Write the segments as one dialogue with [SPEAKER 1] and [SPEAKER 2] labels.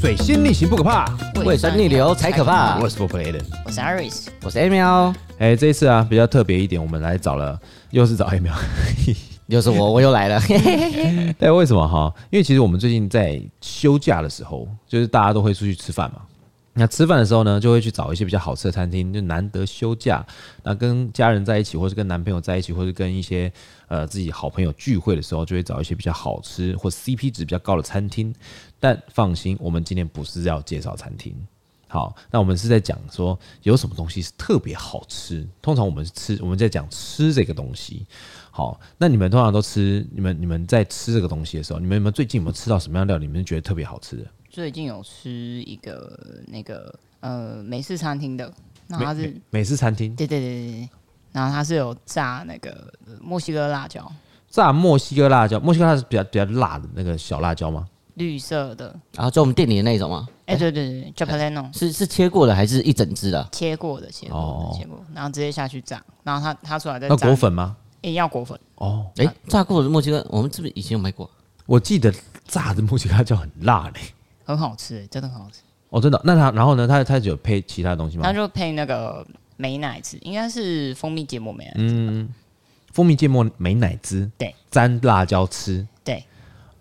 [SPEAKER 1] 水星逆行不可怕，
[SPEAKER 2] 胃酸逆流才可怕
[SPEAKER 1] 我是 p o p l a d e n
[SPEAKER 2] 我是 Iris，
[SPEAKER 3] 我是 Amy 哦，
[SPEAKER 1] 哎，这一次啊比较特别一点，我们来找了，又是找 A 苗。
[SPEAKER 3] 又是我，我又来了。
[SPEAKER 1] 但哎为什么哈？因为其实我们最近在休假的时候，就是大家都会出去吃饭嘛。那吃饭的时候呢，就会去找一些比较好吃的餐厅，就难得休假，那跟家人在一起，或是跟男朋友在一起，或是跟一些呃自己好朋友聚会的时候，就会找一些比较好吃或 CP 值比较高的餐厅。但放心，我们今天不是要介绍餐厅。好，那我们是在讲说有什么东西是特别好吃。通常我们是吃，我们在讲吃这个东西。好，那你们通常都吃，你们你们在吃这个东西的时候，你们有没有最近有没有吃到什么样的料理，你们觉得特别好吃的？
[SPEAKER 2] 最近有吃一个那个呃美式餐厅嗯的，然后它是
[SPEAKER 1] 美美式餐厅
[SPEAKER 2] 对对对对对，然后它是有炸那个呃墨西哥辣椒，
[SPEAKER 1] 炸墨西哥辣椒，墨西哥辣是比较比较辣的那个小辣椒吗？
[SPEAKER 2] 绿色的，
[SPEAKER 3] 然后就我们店里的那种吗？
[SPEAKER 2] 哎、对对对 j a p a l e n o
[SPEAKER 3] 是是切过的还是一整只的啊？
[SPEAKER 2] 切过的切过
[SPEAKER 1] 哦
[SPEAKER 2] 的切过，然后直接下去炸，然后它它出来再
[SPEAKER 1] 那
[SPEAKER 2] 炸
[SPEAKER 1] 果，粉吗？
[SPEAKER 2] 也要果粉，
[SPEAKER 1] 哦，
[SPEAKER 3] 哎、炸过的墨西哥，我们是不是以前有买过？
[SPEAKER 1] 我记得炸的墨西哥辣椒很辣嘞。
[SPEAKER 2] 很好吃、真的很好吃。
[SPEAKER 1] 哦，真的？那它然后呢？它它有配其他东西吗
[SPEAKER 2] 它？就配那个美奶汁，应该是蜂蜜芥末美奶汁，
[SPEAKER 1] 蜂蜜芥末美乃滋，
[SPEAKER 2] 对，
[SPEAKER 1] 沾辣椒吃。
[SPEAKER 2] 对，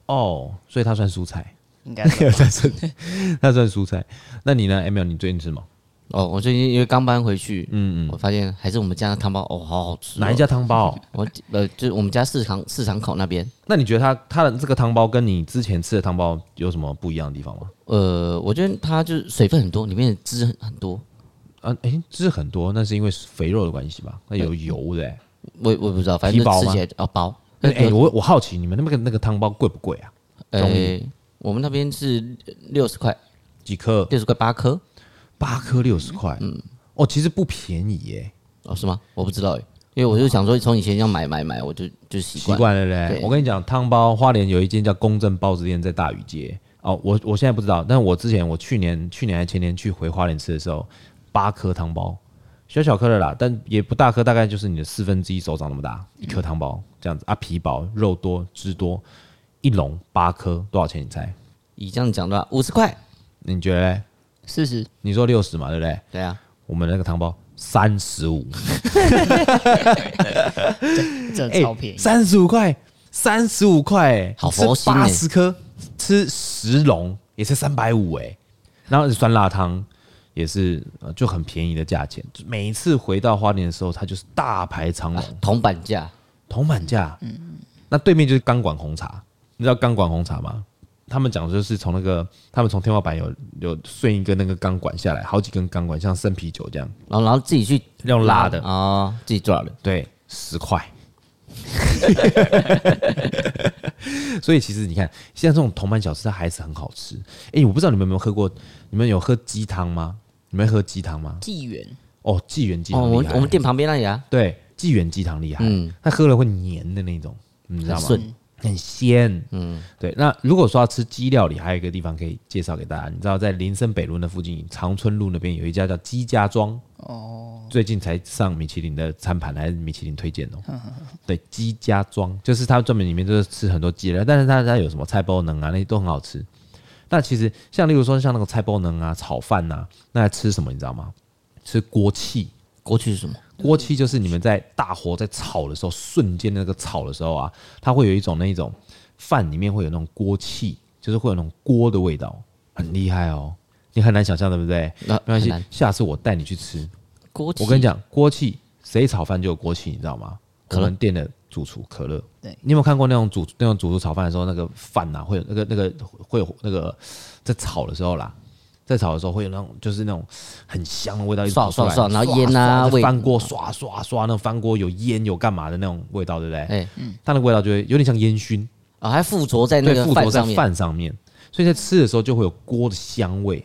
[SPEAKER 1] 哦，所以它算蔬菜，
[SPEAKER 2] 应该是
[SPEAKER 1] 它算它算蔬菜。那你呢，Emil？你最近吃吗？
[SPEAKER 3] 哦，我最近因为刚搬回去，嗯嗯，我发现还是我们家的汤包哦，好好吃、
[SPEAKER 1] 哪一？家汤包？
[SPEAKER 3] 我呃，就是我们家市场市场口那边，
[SPEAKER 1] 那你觉得它它的这个汤包跟你之前吃的汤包有什么不一样的地方吗？
[SPEAKER 3] 呃，我觉得它就是水分很多，里面的汁很很多，
[SPEAKER 1] 啊，诶，汁很多，那是因为肥肉的关系吧？那有油的、欸。
[SPEAKER 3] 我我也不知道，反正
[SPEAKER 1] 皮薄
[SPEAKER 3] 就
[SPEAKER 1] 吗
[SPEAKER 3] 吃起来哦薄。
[SPEAKER 1] 哎、
[SPEAKER 3] 那有
[SPEAKER 1] 我我好奇你们那个那个汤包贵不贵啊？
[SPEAKER 3] 呃
[SPEAKER 1] 中
[SPEAKER 3] 我们那边是六十块，
[SPEAKER 1] 几颗？
[SPEAKER 3] 六十块八颗
[SPEAKER 1] 八颗六十块。嗯，哦，其实不便宜耶、
[SPEAKER 3] 哦，是吗？我不知道哎，因为我就想说从以前这样买买买，我就就习
[SPEAKER 1] 习
[SPEAKER 3] 惯。
[SPEAKER 1] 惯了嘞。
[SPEAKER 3] 对
[SPEAKER 1] 我跟你讲，汤包花莲有一间叫公正包子店，在大屿街。哦，我我现在不知道，但我之前我去年去年还前年去回花莲吃的时候，八颗汤包，小小颗的啦，但也不大颗，大概就是你的四分之一手掌那么大，一颗汤包这样子啊，皮薄肉多汁多，一笼八颗多少钱？你猜？
[SPEAKER 3] 以这样讲的话，五十块，
[SPEAKER 1] 你觉得嘞？
[SPEAKER 2] 事实。
[SPEAKER 1] 你说六十嘛，对不对？
[SPEAKER 3] 对啊，
[SPEAKER 1] 我们那个汤包三十五，
[SPEAKER 2] 这超便宜，
[SPEAKER 1] 哎三十五块，三十五块欸，
[SPEAKER 3] 好佛心
[SPEAKER 1] 八
[SPEAKER 3] 欸
[SPEAKER 1] 十颗，吃十笼也是三百五哎，然后酸辣汤也是呃就很便宜的价钱，就每一次回到花莲的时候，它就是大排长龙，
[SPEAKER 3] 铜板价，
[SPEAKER 1] 铜板价，嗯，那对面就是钢管红茶，你知道钢管红茶吗？他们讲的就是从那个，他们从天花板有有顺一根那个钢管下来，好几根钢管，像生啤酒这样，
[SPEAKER 3] 然后然后自己去
[SPEAKER 1] 用拉的，
[SPEAKER 3] 哦，自己抓的，
[SPEAKER 1] 对，十块。 所以其实你看，现在这种铜板小吃它还是很好吃。哎、我不知道你们有没有喝过，你们有喝鸡汤吗？你们喝鸡汤吗？
[SPEAKER 2] 纪元
[SPEAKER 1] 哦，纪元鸡
[SPEAKER 3] 哦，
[SPEAKER 1] 汤
[SPEAKER 3] 我
[SPEAKER 1] 厉
[SPEAKER 3] 们
[SPEAKER 1] 害、
[SPEAKER 3] 我们店旁边那里啊，
[SPEAKER 1] 对纪元鸡汤厉害，
[SPEAKER 3] 嗯
[SPEAKER 1] 它喝了会黏的那种，你知道
[SPEAKER 3] 很
[SPEAKER 1] 吗
[SPEAKER 3] 顺？
[SPEAKER 1] 很鲜，嗯，对。那如果说要吃鸡料理，还有一个地方可以介绍给大家，你知道在林森北路那附近，长春路那边有一家叫鸡家庄，
[SPEAKER 2] 哦，
[SPEAKER 1] 最近才上米其林的餐盘，还是米其林推 荐哦。对，鸡家庄就是它专门里面就是吃很多鸡的，但是它它有什么菜包能啊，那些都很好吃。那其实像例如说像那个菜包能啊、炒饭呐、那还吃什么你知道吗？吃锅气。
[SPEAKER 3] 过去是什么？
[SPEAKER 1] 锅气就是你们在大火在炒的时候，瞬间那个炒的时候啊，它会有一种那一种饭里面会有那种锅气，就是会有那种锅的味道，很厉害哦。你很难想象，对不对？
[SPEAKER 3] 那
[SPEAKER 1] 没关
[SPEAKER 3] 很
[SPEAKER 1] 系
[SPEAKER 3] 难，
[SPEAKER 1] 下次我带你去吃。
[SPEAKER 3] 锅气，
[SPEAKER 1] 我跟你，讲，锅气谁炒饭就有锅气，你知道吗？
[SPEAKER 3] 可
[SPEAKER 1] 我
[SPEAKER 3] 乐
[SPEAKER 1] 们店的主厨可乐，
[SPEAKER 2] 对
[SPEAKER 1] 你有没有看过那种主那种主厨炒饭的时候，那个饭呐、会有那个那个会有那个在炒的时候啦，在炒的时候会有那种就是那种很香的味道一直
[SPEAKER 3] 唰
[SPEAKER 1] 跑出来，
[SPEAKER 3] 唰唰然后烟啊
[SPEAKER 1] 唰唰
[SPEAKER 3] 味
[SPEAKER 1] 翻锅刷刷刷，那种翻锅有烟有干嘛的那种味道，对不对？
[SPEAKER 3] 哎，
[SPEAKER 1] 它那个味道就会有点像烟熏，
[SPEAKER 3] 哦，还附着在那
[SPEAKER 1] 对，
[SPEAKER 3] 个
[SPEAKER 1] 附着
[SPEAKER 3] 饭
[SPEAKER 1] 在
[SPEAKER 3] 上面，
[SPEAKER 1] 饭上面，所以在吃的时候就会有锅的香味。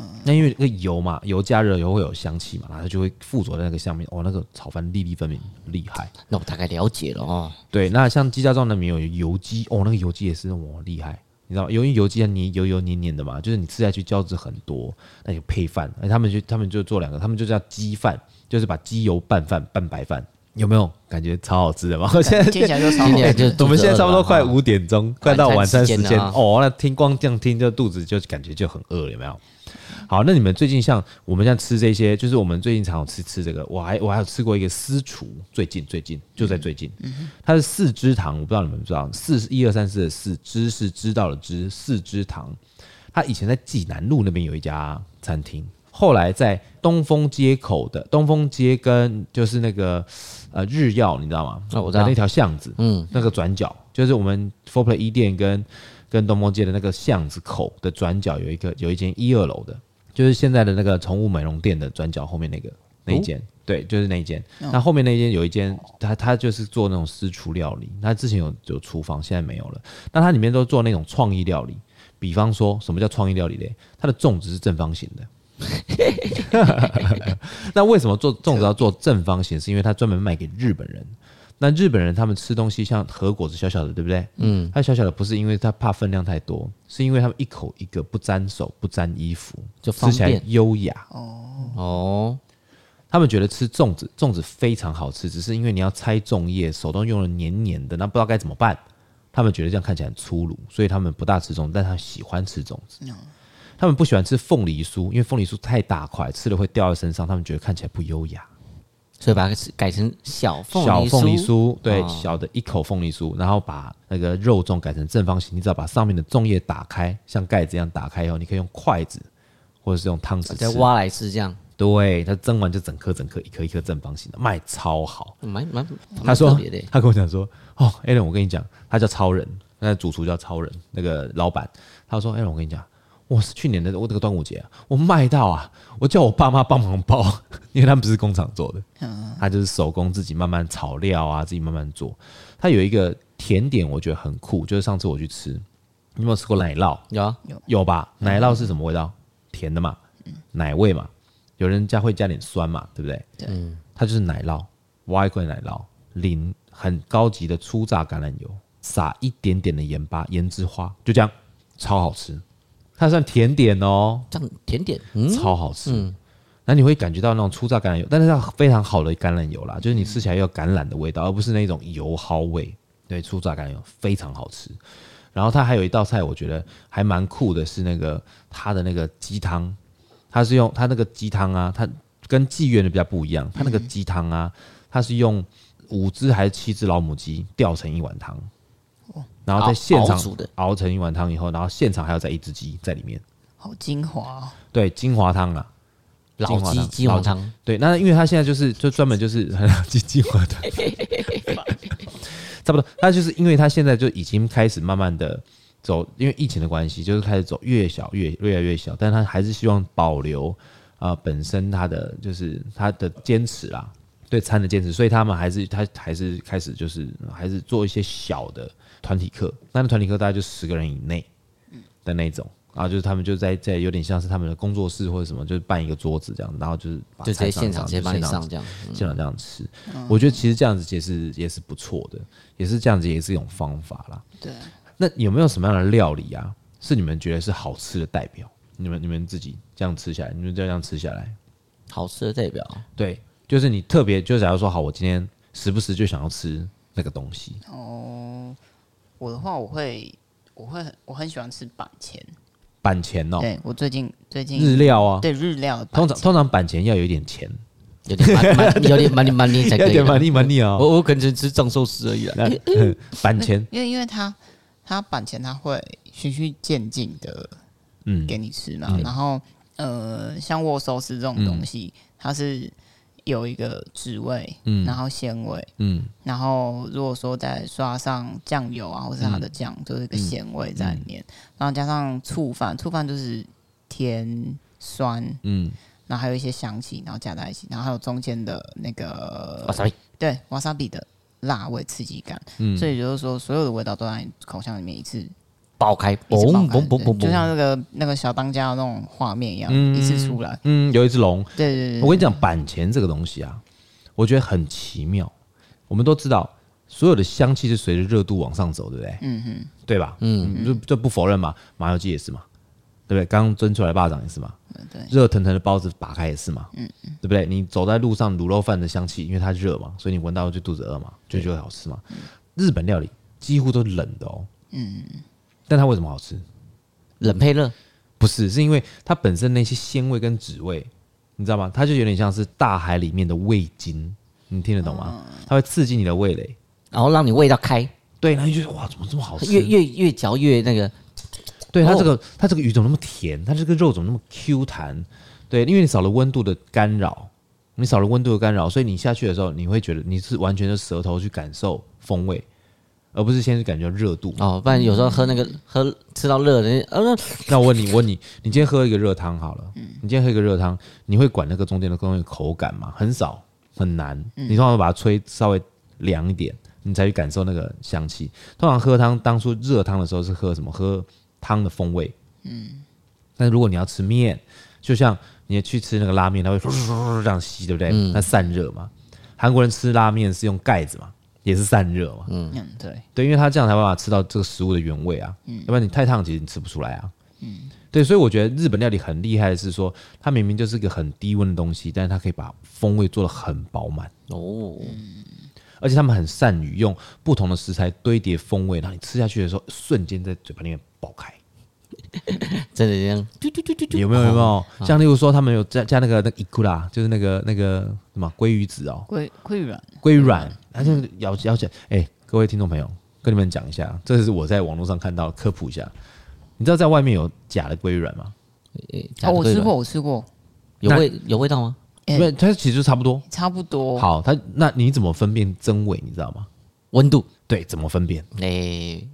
[SPEAKER 3] 嗯
[SPEAKER 1] 那因为那个油嘛，油加热油会有香气嘛，然后它就会附着在那个下面。哦，那个炒饭粒粒分明，厉害。
[SPEAKER 3] 那我大概了解了哦。
[SPEAKER 1] 对，那像鸡架庄那里面有油鸡，哦，那个油鸡也是哇厉害。你知道，由于油鸡啊，你油油黏黏的嘛，就是你吃下去胶质很多，那哎有配饭，而他们就他们就做两个，他们就叫鸡饭，就是把鸡油拌饭拌白饭，有没有感觉超好吃的 吗？我现
[SPEAKER 3] 啊
[SPEAKER 1] 在
[SPEAKER 2] 接起来就超
[SPEAKER 3] 今
[SPEAKER 2] 好
[SPEAKER 3] 年就
[SPEAKER 2] 吃。
[SPEAKER 3] 肚子
[SPEAKER 1] 嗯 我们现在差不多快
[SPEAKER 3] 饿了嘛
[SPEAKER 1] 五点钟，快到晚餐时
[SPEAKER 3] 晚餐时
[SPEAKER 1] 间
[SPEAKER 3] 间了啊
[SPEAKER 1] 哦。那听光这样听，就肚子就感觉就很饿了，有没有？好，那你们最近像我们现在吃这些，就是我们最近常有吃吃这个，我还我还有吃过一个私厨，最近最近就在最近，它是四支糖，我不知道你们知不知道，四一二三四的四支是知道的知，四支糖，它以前在济南路那边有一家餐厅，后来在东风街口的东风街跟就是那个呃日耀，你知道吗？
[SPEAKER 3] 哦我知道
[SPEAKER 1] 那条巷子，
[SPEAKER 3] 嗯，
[SPEAKER 1] 那个转角，就是我们 Four Play 一店跟跟东风街的那个巷子口的转角有一个有一间一二楼的，就是现在的那个宠物美容店的转角后面那个
[SPEAKER 3] 哦
[SPEAKER 1] 那一间。对，就是那一间。那后面那一间有一间，他他就是做那种私厨料理。他之前有有厨房，现在没有了。那它里面都做那种创意料理，比方说什么叫创意料理嘞？它的粽子是正方形的。 那为什么做粽子要做正方形？是因为它专门卖给日本人。那日本人他们吃东西像和果子小小的，对不对？嗯，它小小的不是因为它怕分量太多，是因为他们一口一个不沾手不沾衣服，
[SPEAKER 3] 就
[SPEAKER 1] 吃
[SPEAKER 3] 方
[SPEAKER 1] 起来
[SPEAKER 3] 便
[SPEAKER 1] 优雅。
[SPEAKER 3] 哦。
[SPEAKER 1] 他们觉得吃粽子，粽子非常好吃，只是因为你要拆粽叶，手都用的黏黏的，那不知道该怎么办。他们觉得这样看起来很粗鲁，所以他们不大吃粽子，但他们喜欢吃粽子。
[SPEAKER 3] 嗯
[SPEAKER 1] 他们不喜欢吃凤梨酥，因为凤梨酥太大块，吃了会掉在身上，他们觉得看起来不优雅。
[SPEAKER 3] 所以把它改成小凤
[SPEAKER 1] 小
[SPEAKER 3] 梨
[SPEAKER 1] 凤梨酥，对，
[SPEAKER 3] 哦
[SPEAKER 1] 小的一口凤梨酥，然后把那个肉粽改成正方形，你只要把上面的粽叶打开，像盖子一样打开以后，你可以用筷子或者是用汤匙
[SPEAKER 3] 再
[SPEAKER 1] 吃。
[SPEAKER 3] 挖来吃，这样
[SPEAKER 1] 对，它蒸完就整颗整颗一颗一颗正方形的，卖超好。
[SPEAKER 3] 蛮蛮
[SPEAKER 1] 他
[SPEAKER 3] 蛮
[SPEAKER 1] 说
[SPEAKER 3] 特别的耶，
[SPEAKER 1] 他跟我讲说，哦 a l n 我跟你讲，他叫超人，那主厨叫超人，那个老板，他说 a l n 我跟你讲，我是去年的我这个端午节啊、我卖到啊，我叫我爸妈帮忙包， 因为他们不是工厂做的，
[SPEAKER 3] 嗯
[SPEAKER 1] 他就是手工自己慢慢炒料啊，自己慢慢做。他有一个甜点，我觉得很酷，就是上次我去吃，你有没有吃过奶酪？
[SPEAKER 3] 有啊
[SPEAKER 1] 有吧？奶酪是什么味道？甜的嘛，奶味嘛。有人家会加点酸嘛，对不对？
[SPEAKER 2] 对
[SPEAKER 1] 它就是奶酪，挖一块奶酪，淋很高级的初榨橄榄油，撒一点点的盐巴、盐之花，就这样，超好吃。它算甜点哦，
[SPEAKER 3] 这样甜点，嗯，
[SPEAKER 1] 超好吃。那你会感觉到那种初榨橄榄油，但是它非常好的橄榄油啦，就是你吃起来要有橄榄的味道，而不是那种油蒿味。对，初榨橄榄油非常好吃。然后它还有一道菜，我觉得还蛮酷的，是那个它的那个鸡汤，它是用它那个鸡汤啊，它跟妓院的比较不一样，它那
[SPEAKER 3] 嗯
[SPEAKER 1] 个鸡汤啊，它是用五只还是七只老母鸡吊成一碗汤，然后在
[SPEAKER 3] 熬
[SPEAKER 1] 现场
[SPEAKER 3] 熬煮的
[SPEAKER 1] 熬成一碗汤以后，然后现场还有再一只鸡在里面，
[SPEAKER 2] 好精华哦，
[SPEAKER 1] 对，金华汤啊，
[SPEAKER 3] 老
[SPEAKER 1] 精华
[SPEAKER 3] 鸡
[SPEAKER 1] 汤
[SPEAKER 3] 鸡黄汤，
[SPEAKER 1] 对，那因为他现在就是就专门就是 很计计划的，
[SPEAKER 3] 哎
[SPEAKER 1] 差不多。他就是因为他现在就已经开始慢慢的走，因为疫情的关系，就是开始走越小越越来越小，但他还是希望保留啊、呃本身他的就是他的坚持啦，对餐的坚持，所以他们还是他还是开始就是还是做一些小的团体课，那团体课大概就十个人以内
[SPEAKER 3] 嗯
[SPEAKER 1] 的那种。啊，就是他们就在在有点像是他们的工作室或者什么，就是办一个桌子这样，然后就是把
[SPEAKER 3] 就直接
[SPEAKER 1] 菜上
[SPEAKER 3] 现场直接帮你
[SPEAKER 1] 上
[SPEAKER 3] 上这样，嗯
[SPEAKER 1] 现场这样吃。
[SPEAKER 2] 嗯
[SPEAKER 1] 我觉得其实这样子也是也是不错的，也是这样子也是一种方法啦。
[SPEAKER 2] 对，
[SPEAKER 1] 那有没有什么样的料理啊，是你们觉得是好吃的代表？你们你们自己这样吃下来，你们就这样吃下来，
[SPEAKER 3] 好吃的代表，
[SPEAKER 1] 对，就是你特别，就假如说好，我今天时不时就想要吃那个东西，
[SPEAKER 2] 哦，我的话我会，我会很我很喜欢吃板前，
[SPEAKER 1] 板前哦，
[SPEAKER 2] 对我最近最近
[SPEAKER 1] 日料啊，
[SPEAKER 2] 对日料的板
[SPEAKER 1] 通
[SPEAKER 2] 前，
[SPEAKER 1] 常通常板前要有一点 钱，
[SPEAKER 3] 有点蛮蛮有点蛮力蛮力才
[SPEAKER 1] 要
[SPEAKER 3] 可以
[SPEAKER 1] 点
[SPEAKER 3] 啦。
[SPEAKER 1] 蛮力蛮力啊，
[SPEAKER 2] 哦
[SPEAKER 3] 我我可能只吃藏寿司而已啦。
[SPEAKER 1] 板前，
[SPEAKER 2] 因为因为它它板前它会循序渐进的
[SPEAKER 1] 嗯，
[SPEAKER 2] 给你吃嘛，然后呃，像握寿司这种
[SPEAKER 1] 嗯
[SPEAKER 2] 东西，它是有一个脂味，
[SPEAKER 1] 嗯
[SPEAKER 2] 然后鲜味，
[SPEAKER 1] 嗯
[SPEAKER 2] 然后如果说再刷上酱油啊，或是它
[SPEAKER 1] 嗯
[SPEAKER 2] 的酱，就是一个咸味在里面，然后加上醋饭，醋饭就是甜酸，
[SPEAKER 1] 嗯，
[SPEAKER 2] 然后还有一些香气，然后加在一起，然后还有中间的那个
[SPEAKER 3] 哇塞，
[SPEAKER 2] 对瓦萨比的辣味刺激感，
[SPEAKER 3] 嗯
[SPEAKER 2] 所以就是说所有的味道都在你口腔里面一次
[SPEAKER 3] 爆开，
[SPEAKER 2] 一次爆
[SPEAKER 3] 嘣
[SPEAKER 2] 开
[SPEAKER 3] 嘣嘣
[SPEAKER 2] 对
[SPEAKER 3] 嘣
[SPEAKER 2] 就像那
[SPEAKER 3] 嘣，
[SPEAKER 2] 个那个小当家的那种画面一样，
[SPEAKER 1] 嗯
[SPEAKER 2] 一次出来，
[SPEAKER 1] 嗯，有一只龙，
[SPEAKER 2] 对对对
[SPEAKER 1] 我
[SPEAKER 2] 对，
[SPEAKER 1] 跟你讲，板前这个东西啊，我觉得很奇妙。我们都知道，所有的香气是随着热度往上走，对不对？
[SPEAKER 2] 嗯哼，
[SPEAKER 1] 对吧？嗯，这这不否认嘛。麻油鸡也是嘛，对不对？刚刚蒸出来的巴掌也是嘛。
[SPEAKER 2] 对，
[SPEAKER 1] 热腾腾的包子打开也是嘛，嗯，对不对？你走在路上，卤肉饭的香气，因为它热嘛，所以你闻到就肚子饿嘛，就觉得好吃嘛。日本料理几乎都是冷的哦，嗯，但它为什么好吃？
[SPEAKER 3] 冷配热，
[SPEAKER 1] 不是，是因为它本身那些鲜味跟脂味，你知道吗？它就有点像是大海里面的味精，你听得懂吗？
[SPEAKER 3] 嗯
[SPEAKER 1] 它会刺激你的味蕾，
[SPEAKER 3] 然后让你味道开，
[SPEAKER 1] 对，然后你就觉得哇，怎么这么好吃？
[SPEAKER 3] 哎越越越嚼越那个，
[SPEAKER 1] 对它
[SPEAKER 3] 哦
[SPEAKER 1] 这个、它这个鱼怎么那么甜？它这个肉怎么那么 Q 弹？对，因为你少了温度的干扰，你少了温度的干扰，所以你下去的时候，你会觉得你是完全的舌头去感受风味，而不是先去感觉热度。
[SPEAKER 3] 哦，不然有时候喝那个喝吃到热的，呃，
[SPEAKER 1] 那我问你，我问你，你今天喝一个热汤好了，你今天喝一个热汤，你会管那个中间的东西口感吗？很少，很难。你通常会把它吹稍微凉一点，你才去感受那个香气。通常喝汤，当初热汤的时候是喝什么？喝汤的风味。嗯，但如果你要吃面，就像你去吃那个拉面，它会这样吸，对不对？它散热嘛。韩国人吃拉面是用盖子嘛，也是散热嘛。
[SPEAKER 2] 嗯，对，
[SPEAKER 1] 对，因为它这样才有办法吃到这个食物的原味啊，要不然你太烫，其实你吃不出来啊。对，所以我觉得日本料理很厉害的是说，它明明就是一个很低温的东西，但是它可以把风味做得很饱满，
[SPEAKER 3] 哦，
[SPEAKER 1] 而且他们很善于用不同的食材堆叠风味，让你吃下去的时候，瞬间在嘴巴里面爆开。
[SPEAKER 3] 真的这样，
[SPEAKER 1] 有没有？有没有？像例如说，他们有加加那个那个伊库拉，就是那个那个什么鲑鱼子哦，
[SPEAKER 2] 龟龟软，
[SPEAKER 1] 龟软，它就咬咬起来。哎、各位听众朋友，跟你们讲一下，这是我在网络上看到的科普一下。你知道在外面有假的龟软吗？
[SPEAKER 3] 诶
[SPEAKER 2] 哦，我吃过，，我吃过，
[SPEAKER 3] 假的对吧有味有味道吗？
[SPEAKER 1] 因
[SPEAKER 2] 哎
[SPEAKER 1] 为它其实就差不多。
[SPEAKER 2] 差不多，
[SPEAKER 1] 好，它那你怎么分辨真伪？你知道吗？
[SPEAKER 3] 温度，
[SPEAKER 1] 对，怎么分辨？
[SPEAKER 3] 诶，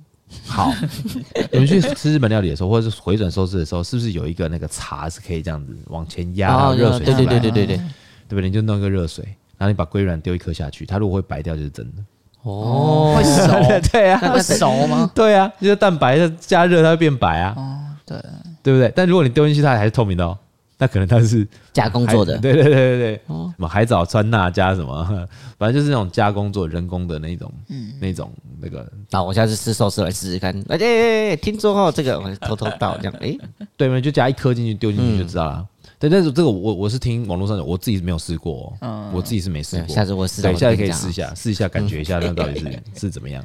[SPEAKER 1] 好， 你们去吃日本料理的时候，或者是回转寿司的时候，是不是有一个那个茶是可以这样子往前压，然后
[SPEAKER 3] 哦
[SPEAKER 1] 热水
[SPEAKER 3] 对
[SPEAKER 1] 出
[SPEAKER 3] 对
[SPEAKER 1] 来
[SPEAKER 3] 对对对对，
[SPEAKER 1] 对不对？你就弄一个热水，然后你把龟卵丢一颗下去，它如果会白掉就是真的。
[SPEAKER 3] 哦，
[SPEAKER 2] 会熟，
[SPEAKER 1] 对啊，
[SPEAKER 2] 会熟吗？
[SPEAKER 1] 对啊，就是蛋白它加热它会变白啊，
[SPEAKER 2] 哦，对，
[SPEAKER 1] 对不对？但如果你丢进去它还是透明的哦，那可能它是
[SPEAKER 3] 加工做的哦
[SPEAKER 1] 海，对对对对对，什么海藻酸钠加什么， 反正就是那种加工做人工的那种，
[SPEAKER 3] 嗯
[SPEAKER 1] 那种那个
[SPEAKER 3] 那我下次吃寿司来试试看。哎、哎哎听说哦，这个我就偷偷倒这样。哎、
[SPEAKER 1] 对嘛，就加一颗进去丢进去就知道
[SPEAKER 3] 嗯
[SPEAKER 1] 了。对，但是这个我我是听网络上讲，我自己没有试过、哦，我自己是没试过。
[SPEAKER 3] 嗯对下次我试了
[SPEAKER 1] 对，
[SPEAKER 3] 我
[SPEAKER 1] 下次
[SPEAKER 3] 跟你
[SPEAKER 1] 可以
[SPEAKER 3] 讲啊嗯
[SPEAKER 1] 试一下，试一下感觉一下，那到底是 是怎么样。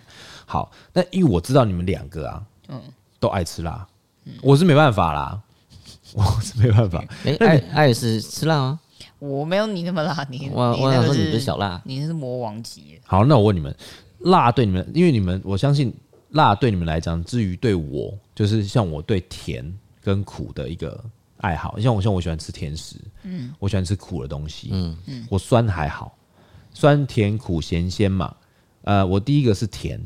[SPEAKER 1] 好，那因为我知道你们两个啊，
[SPEAKER 3] 嗯
[SPEAKER 1] 都爱吃辣，我是没办法啦， 我是没办法。
[SPEAKER 3] 哎，艾艾尔是吃辣啊，
[SPEAKER 2] 我没有你那么辣，你
[SPEAKER 3] 我
[SPEAKER 2] 你
[SPEAKER 3] 我
[SPEAKER 2] 那
[SPEAKER 3] 想
[SPEAKER 2] 个
[SPEAKER 3] 说你不是小辣
[SPEAKER 2] 你是魔王级，
[SPEAKER 1] 好，那我问你们，辣对你们，因为你们我相信辣对你们来讲，至于对我，就是像我对甜跟苦的一个爱好，像我像我喜欢吃甜食，嗯，我喜欢吃苦的东西，嗯嗯，我酸还好，酸甜苦咸鲜嘛，呃，我第一个是甜，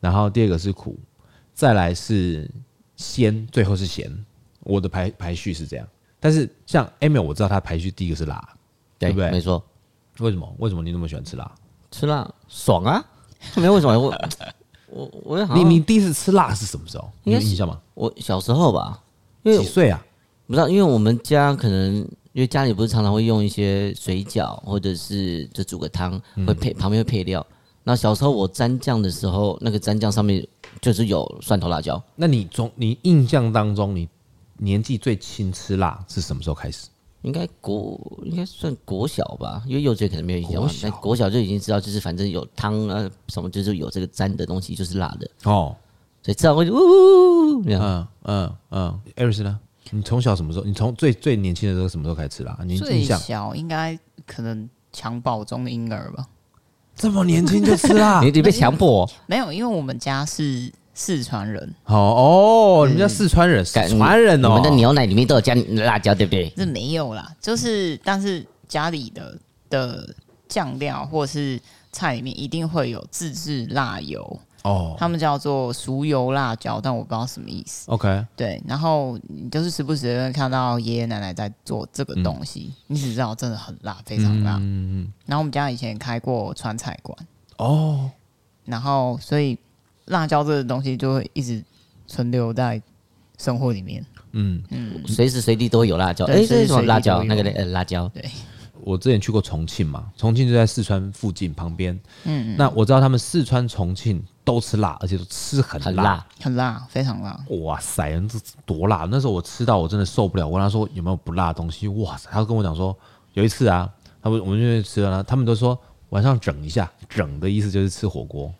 [SPEAKER 1] 然后第二个是苦，再来是鲜，最后是咸，我的排排序是这样。但是像 Emil，我知道他排序第一个是辣，对不对
[SPEAKER 3] 哎没错，
[SPEAKER 1] 为什么？为什么你那么喜欢吃辣？
[SPEAKER 3] 吃辣爽啊，没有为什么我我我好
[SPEAKER 1] 你
[SPEAKER 3] 像
[SPEAKER 1] 你第一次吃辣是什么时候？你有印象吗？
[SPEAKER 3] 我小时候吧，因为
[SPEAKER 1] 几岁啊？
[SPEAKER 3] 不知道，因为我们家可能因为家里不是常常会用一些水饺，或者是就煮个汤，
[SPEAKER 1] 嗯
[SPEAKER 3] 会配、旁边会配料。那小时候我蘸酱的时候，那个蘸酱上面就是有蒜头辣椒，
[SPEAKER 1] 那你从你印象当中，你年纪最轻吃辣是什么时候开始？
[SPEAKER 3] 应该国应该算国小吧，因为幼稚园可能没有印象
[SPEAKER 1] 国
[SPEAKER 3] 嘛。
[SPEAKER 1] 小
[SPEAKER 3] 但国小就已经知道，就是反正有汤啊什么，就是有这个沾的东西，就是辣的，
[SPEAKER 1] 哦，
[SPEAKER 3] 所以吃到会呜呜呜这样。
[SPEAKER 1] 嗯嗯嗯，艾瑞斯呢？你从小什么时候？你从最最年轻的时候什么时候开始吃辣？你
[SPEAKER 2] 最
[SPEAKER 1] 印象
[SPEAKER 2] 小应该可能襁褓中的婴儿吧。
[SPEAKER 1] 这么年轻就吃 辣
[SPEAKER 3] 你？你被强迫哦，
[SPEAKER 2] 没有，因为我们家是四川人，
[SPEAKER 1] 好哦，你们家四川人，四
[SPEAKER 3] 感
[SPEAKER 1] 川人哦，
[SPEAKER 3] 你们的牛奶里面都有加辣椒，对不对？
[SPEAKER 2] 这没有啦，就是但是家里的的酱料或是菜里面一定会有自制辣油，
[SPEAKER 1] 哦
[SPEAKER 2] 他们叫做熟油辣椒，但我不知道什么意思。
[SPEAKER 1] ，OK，
[SPEAKER 2] 对，然后你就是时不时地会看到爷爷奶奶在做这个东西，你只知道真的很辣，非常辣。然后我们家以前开过川菜馆，
[SPEAKER 1] 哦，
[SPEAKER 2] 然后所以辣椒这个东西就会一直存留在生活里面。
[SPEAKER 1] 嗯，
[SPEAKER 3] 随时随地都会有辣椒。
[SPEAKER 2] 对
[SPEAKER 3] 哎，
[SPEAKER 2] 随
[SPEAKER 3] 这
[SPEAKER 2] 时
[SPEAKER 3] 是什么
[SPEAKER 2] 随地
[SPEAKER 3] 辣椒？
[SPEAKER 2] 都有
[SPEAKER 3] 那个嘞呃辣椒。
[SPEAKER 2] 对，
[SPEAKER 1] 我之前去过重庆嘛，重庆就在四川附近旁边。
[SPEAKER 2] 嗯，
[SPEAKER 1] 那我知道他们四川、重庆都吃辣，而且都吃很
[SPEAKER 3] 很
[SPEAKER 1] 辣。
[SPEAKER 3] 辣，
[SPEAKER 2] 很辣，非常辣。
[SPEAKER 1] 哇塞，这多辣！那时候我吃到我真的受不了，我跟他说有没有不辣的东西？哇塞，他就跟我讲说有一次啊，他们我们就去吃了，他们都说晚上整一下，整的意思就是吃火锅。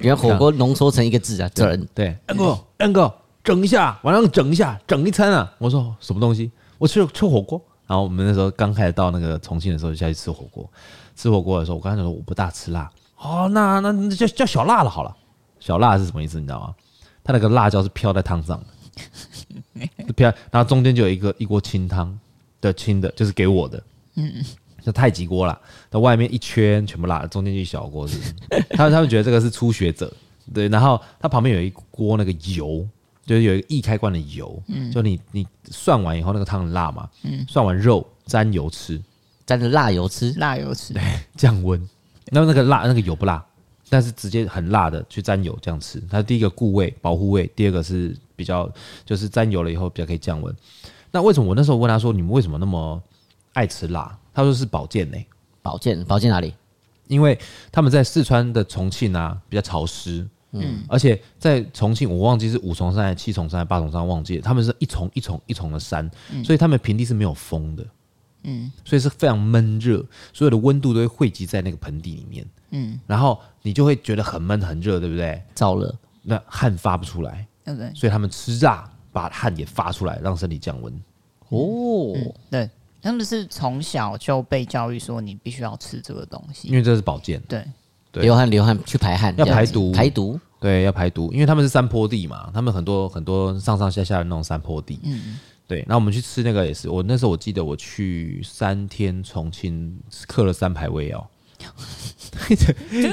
[SPEAKER 3] 原来火锅浓缩成一个字啊，整
[SPEAKER 1] 对，恩哥，恩哥，整一下，晚上整一下，整一餐啊！我说什么东西？我吃吃火锅。然后我们那时候刚开始到那个重庆的时候，就下去吃火锅。吃火锅的时候，我刚才讲说我不大吃辣，哦，那那那叫叫小辣了好了。小辣是什么意思？你知道吗？它那个辣椒是飘在汤上的，是飘，然后中间就有一个一锅清汤的清的，就是给我的，嗯，叫太极锅啦。那外面一圈全部辣，中间就一小锅是，他们他们觉得这个是初学者，对，然后它旁边有一锅那个油，就是有一个易开罐的油，就你你涮完以后那个汤很辣嘛，涮完肉沾油吃，
[SPEAKER 3] 沾着辣油吃，
[SPEAKER 2] 辣油吃，
[SPEAKER 1] 降温，那那个辣那个油不辣，但是直接很辣的去沾油这样吃，它第一个固胃保护胃，第二个是比较就是沾油了以后比较可以降温。那为什么我那时候问他说你们为什么那么爱吃辣？他说是保健呢、
[SPEAKER 3] 保健保健哪里？
[SPEAKER 1] 因为他们在四川的重庆啊比较潮湿，嗯，而且在重庆我忘记是五重山还是七重山还是八重山忘记了，他们是一重一重一重的山，所以他们平地是没有风的，嗯，所以是非常闷热，所有的温度都会汇集在那个盆地里面，嗯，然后你就会觉得很闷很热，对不对？
[SPEAKER 3] 燥热，
[SPEAKER 1] 那汗发不出来，
[SPEAKER 2] 对不对？
[SPEAKER 1] 所以他们吃辣把汗也发出来，让身体降温。
[SPEAKER 3] 哦，
[SPEAKER 2] 对，他们是从小就被教育说你必须要吃这个东
[SPEAKER 1] 因
[SPEAKER 2] 西，
[SPEAKER 1] 为这是保健，
[SPEAKER 2] 对，
[SPEAKER 1] 对
[SPEAKER 3] 流汗流汗去排汗，
[SPEAKER 1] 要
[SPEAKER 3] 这样子
[SPEAKER 1] 排毒
[SPEAKER 3] 排毒，
[SPEAKER 1] 对，要排毒，因为他们是山坡地嘛，他们很多很多上上下下的那种山坡地。嗯，对。那我们去吃那个也是，我那时候我记得我去三天重庆刻了三排胃药，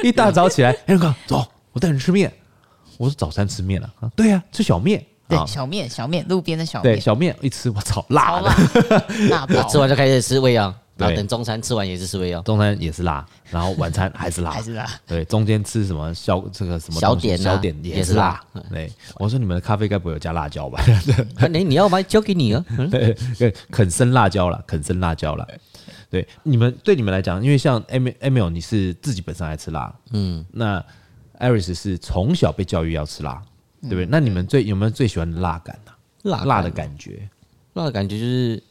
[SPEAKER 1] 一大早起来，哎，哥走，我带你吃面。我说早餐吃面了、啊，对呀、吃小面
[SPEAKER 2] 对，
[SPEAKER 1] 啊，
[SPEAKER 2] 小面小面，路边的小
[SPEAKER 1] 对，
[SPEAKER 2] 面，
[SPEAKER 1] 小面一吃，我操，
[SPEAKER 2] 超
[SPEAKER 1] 辣的
[SPEAKER 2] 辣，辣爆，
[SPEAKER 3] 吃完就开始吃胃药，然后
[SPEAKER 1] 对
[SPEAKER 3] 等中餐吃完也是吃胃哦药，
[SPEAKER 1] 中餐也是辣，然后晚餐还是辣
[SPEAKER 2] 还，是辣，
[SPEAKER 1] 对，中间吃什么小这个什么
[SPEAKER 3] 小
[SPEAKER 1] 东西
[SPEAKER 3] 点啊
[SPEAKER 1] 小点也
[SPEAKER 3] 也
[SPEAKER 1] 是
[SPEAKER 3] 是
[SPEAKER 1] 辣
[SPEAKER 3] 辣。
[SPEAKER 1] 对，我说你们的咖啡该不会有加辣椒吧？
[SPEAKER 3] 你你要吗？交给你啊，嗯
[SPEAKER 1] 对，对， 啃生辣椒啦，啃生辣椒啦。对，你们对你们来讲，因为像 M M L 你是自己本身爱吃辣，嗯，那 Iris 是从小被教育要吃辣，对不对？那你们最有没有最喜欢的辣感呢、
[SPEAKER 3] 嗯
[SPEAKER 1] 啊
[SPEAKER 3] 辣
[SPEAKER 1] 辣的
[SPEAKER 3] 的
[SPEAKER 1] 感觉，
[SPEAKER 3] 辣的感觉就是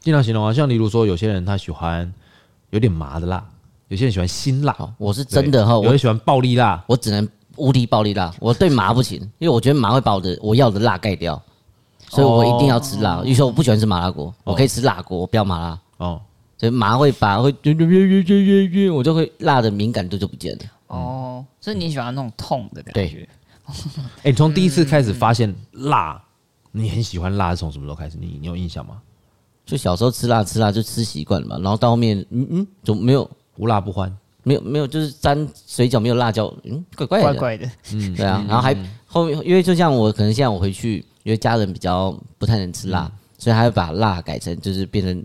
[SPEAKER 1] 尽量形容啊。像例如说，有些人他喜欢有点麻的辣，有些人喜欢辛辣，
[SPEAKER 3] 好，我是真的哈，
[SPEAKER 1] 对有
[SPEAKER 3] 我
[SPEAKER 1] 人喜欢暴力辣，
[SPEAKER 3] 我只能无敌暴力辣，我对麻不行，因为我觉得麻会把我的我要的辣盖掉，所以我一定要吃辣。于是我不喜欢吃麻辣锅，我可以吃辣锅，我不要麻辣。
[SPEAKER 1] 哦，
[SPEAKER 3] 所以麻会把会，我就会辣的敏感度就不见了。
[SPEAKER 1] 嗯
[SPEAKER 2] 哦，所以你喜欢那种痛的感觉
[SPEAKER 3] 对，
[SPEAKER 1] 哎、你
[SPEAKER 3] 嗯
[SPEAKER 1] 从第一次开始发现辣，你很喜欢辣是从什么时候开始？你你有印象吗？
[SPEAKER 3] 就小时候吃辣吃辣就吃习惯了嘛，然后到后面嗯嗯，怎么没有
[SPEAKER 1] 无辣不欢，
[SPEAKER 3] 没有没有，就是沾水饺没有辣椒，嗯，怪怪的，
[SPEAKER 2] 怪怪的，
[SPEAKER 1] 嗯
[SPEAKER 3] 对啊。然后还后面，因为就像我可能现在我回去，因为家人比较不太能吃辣，
[SPEAKER 1] 嗯
[SPEAKER 3] 所以他会把辣改成就是变成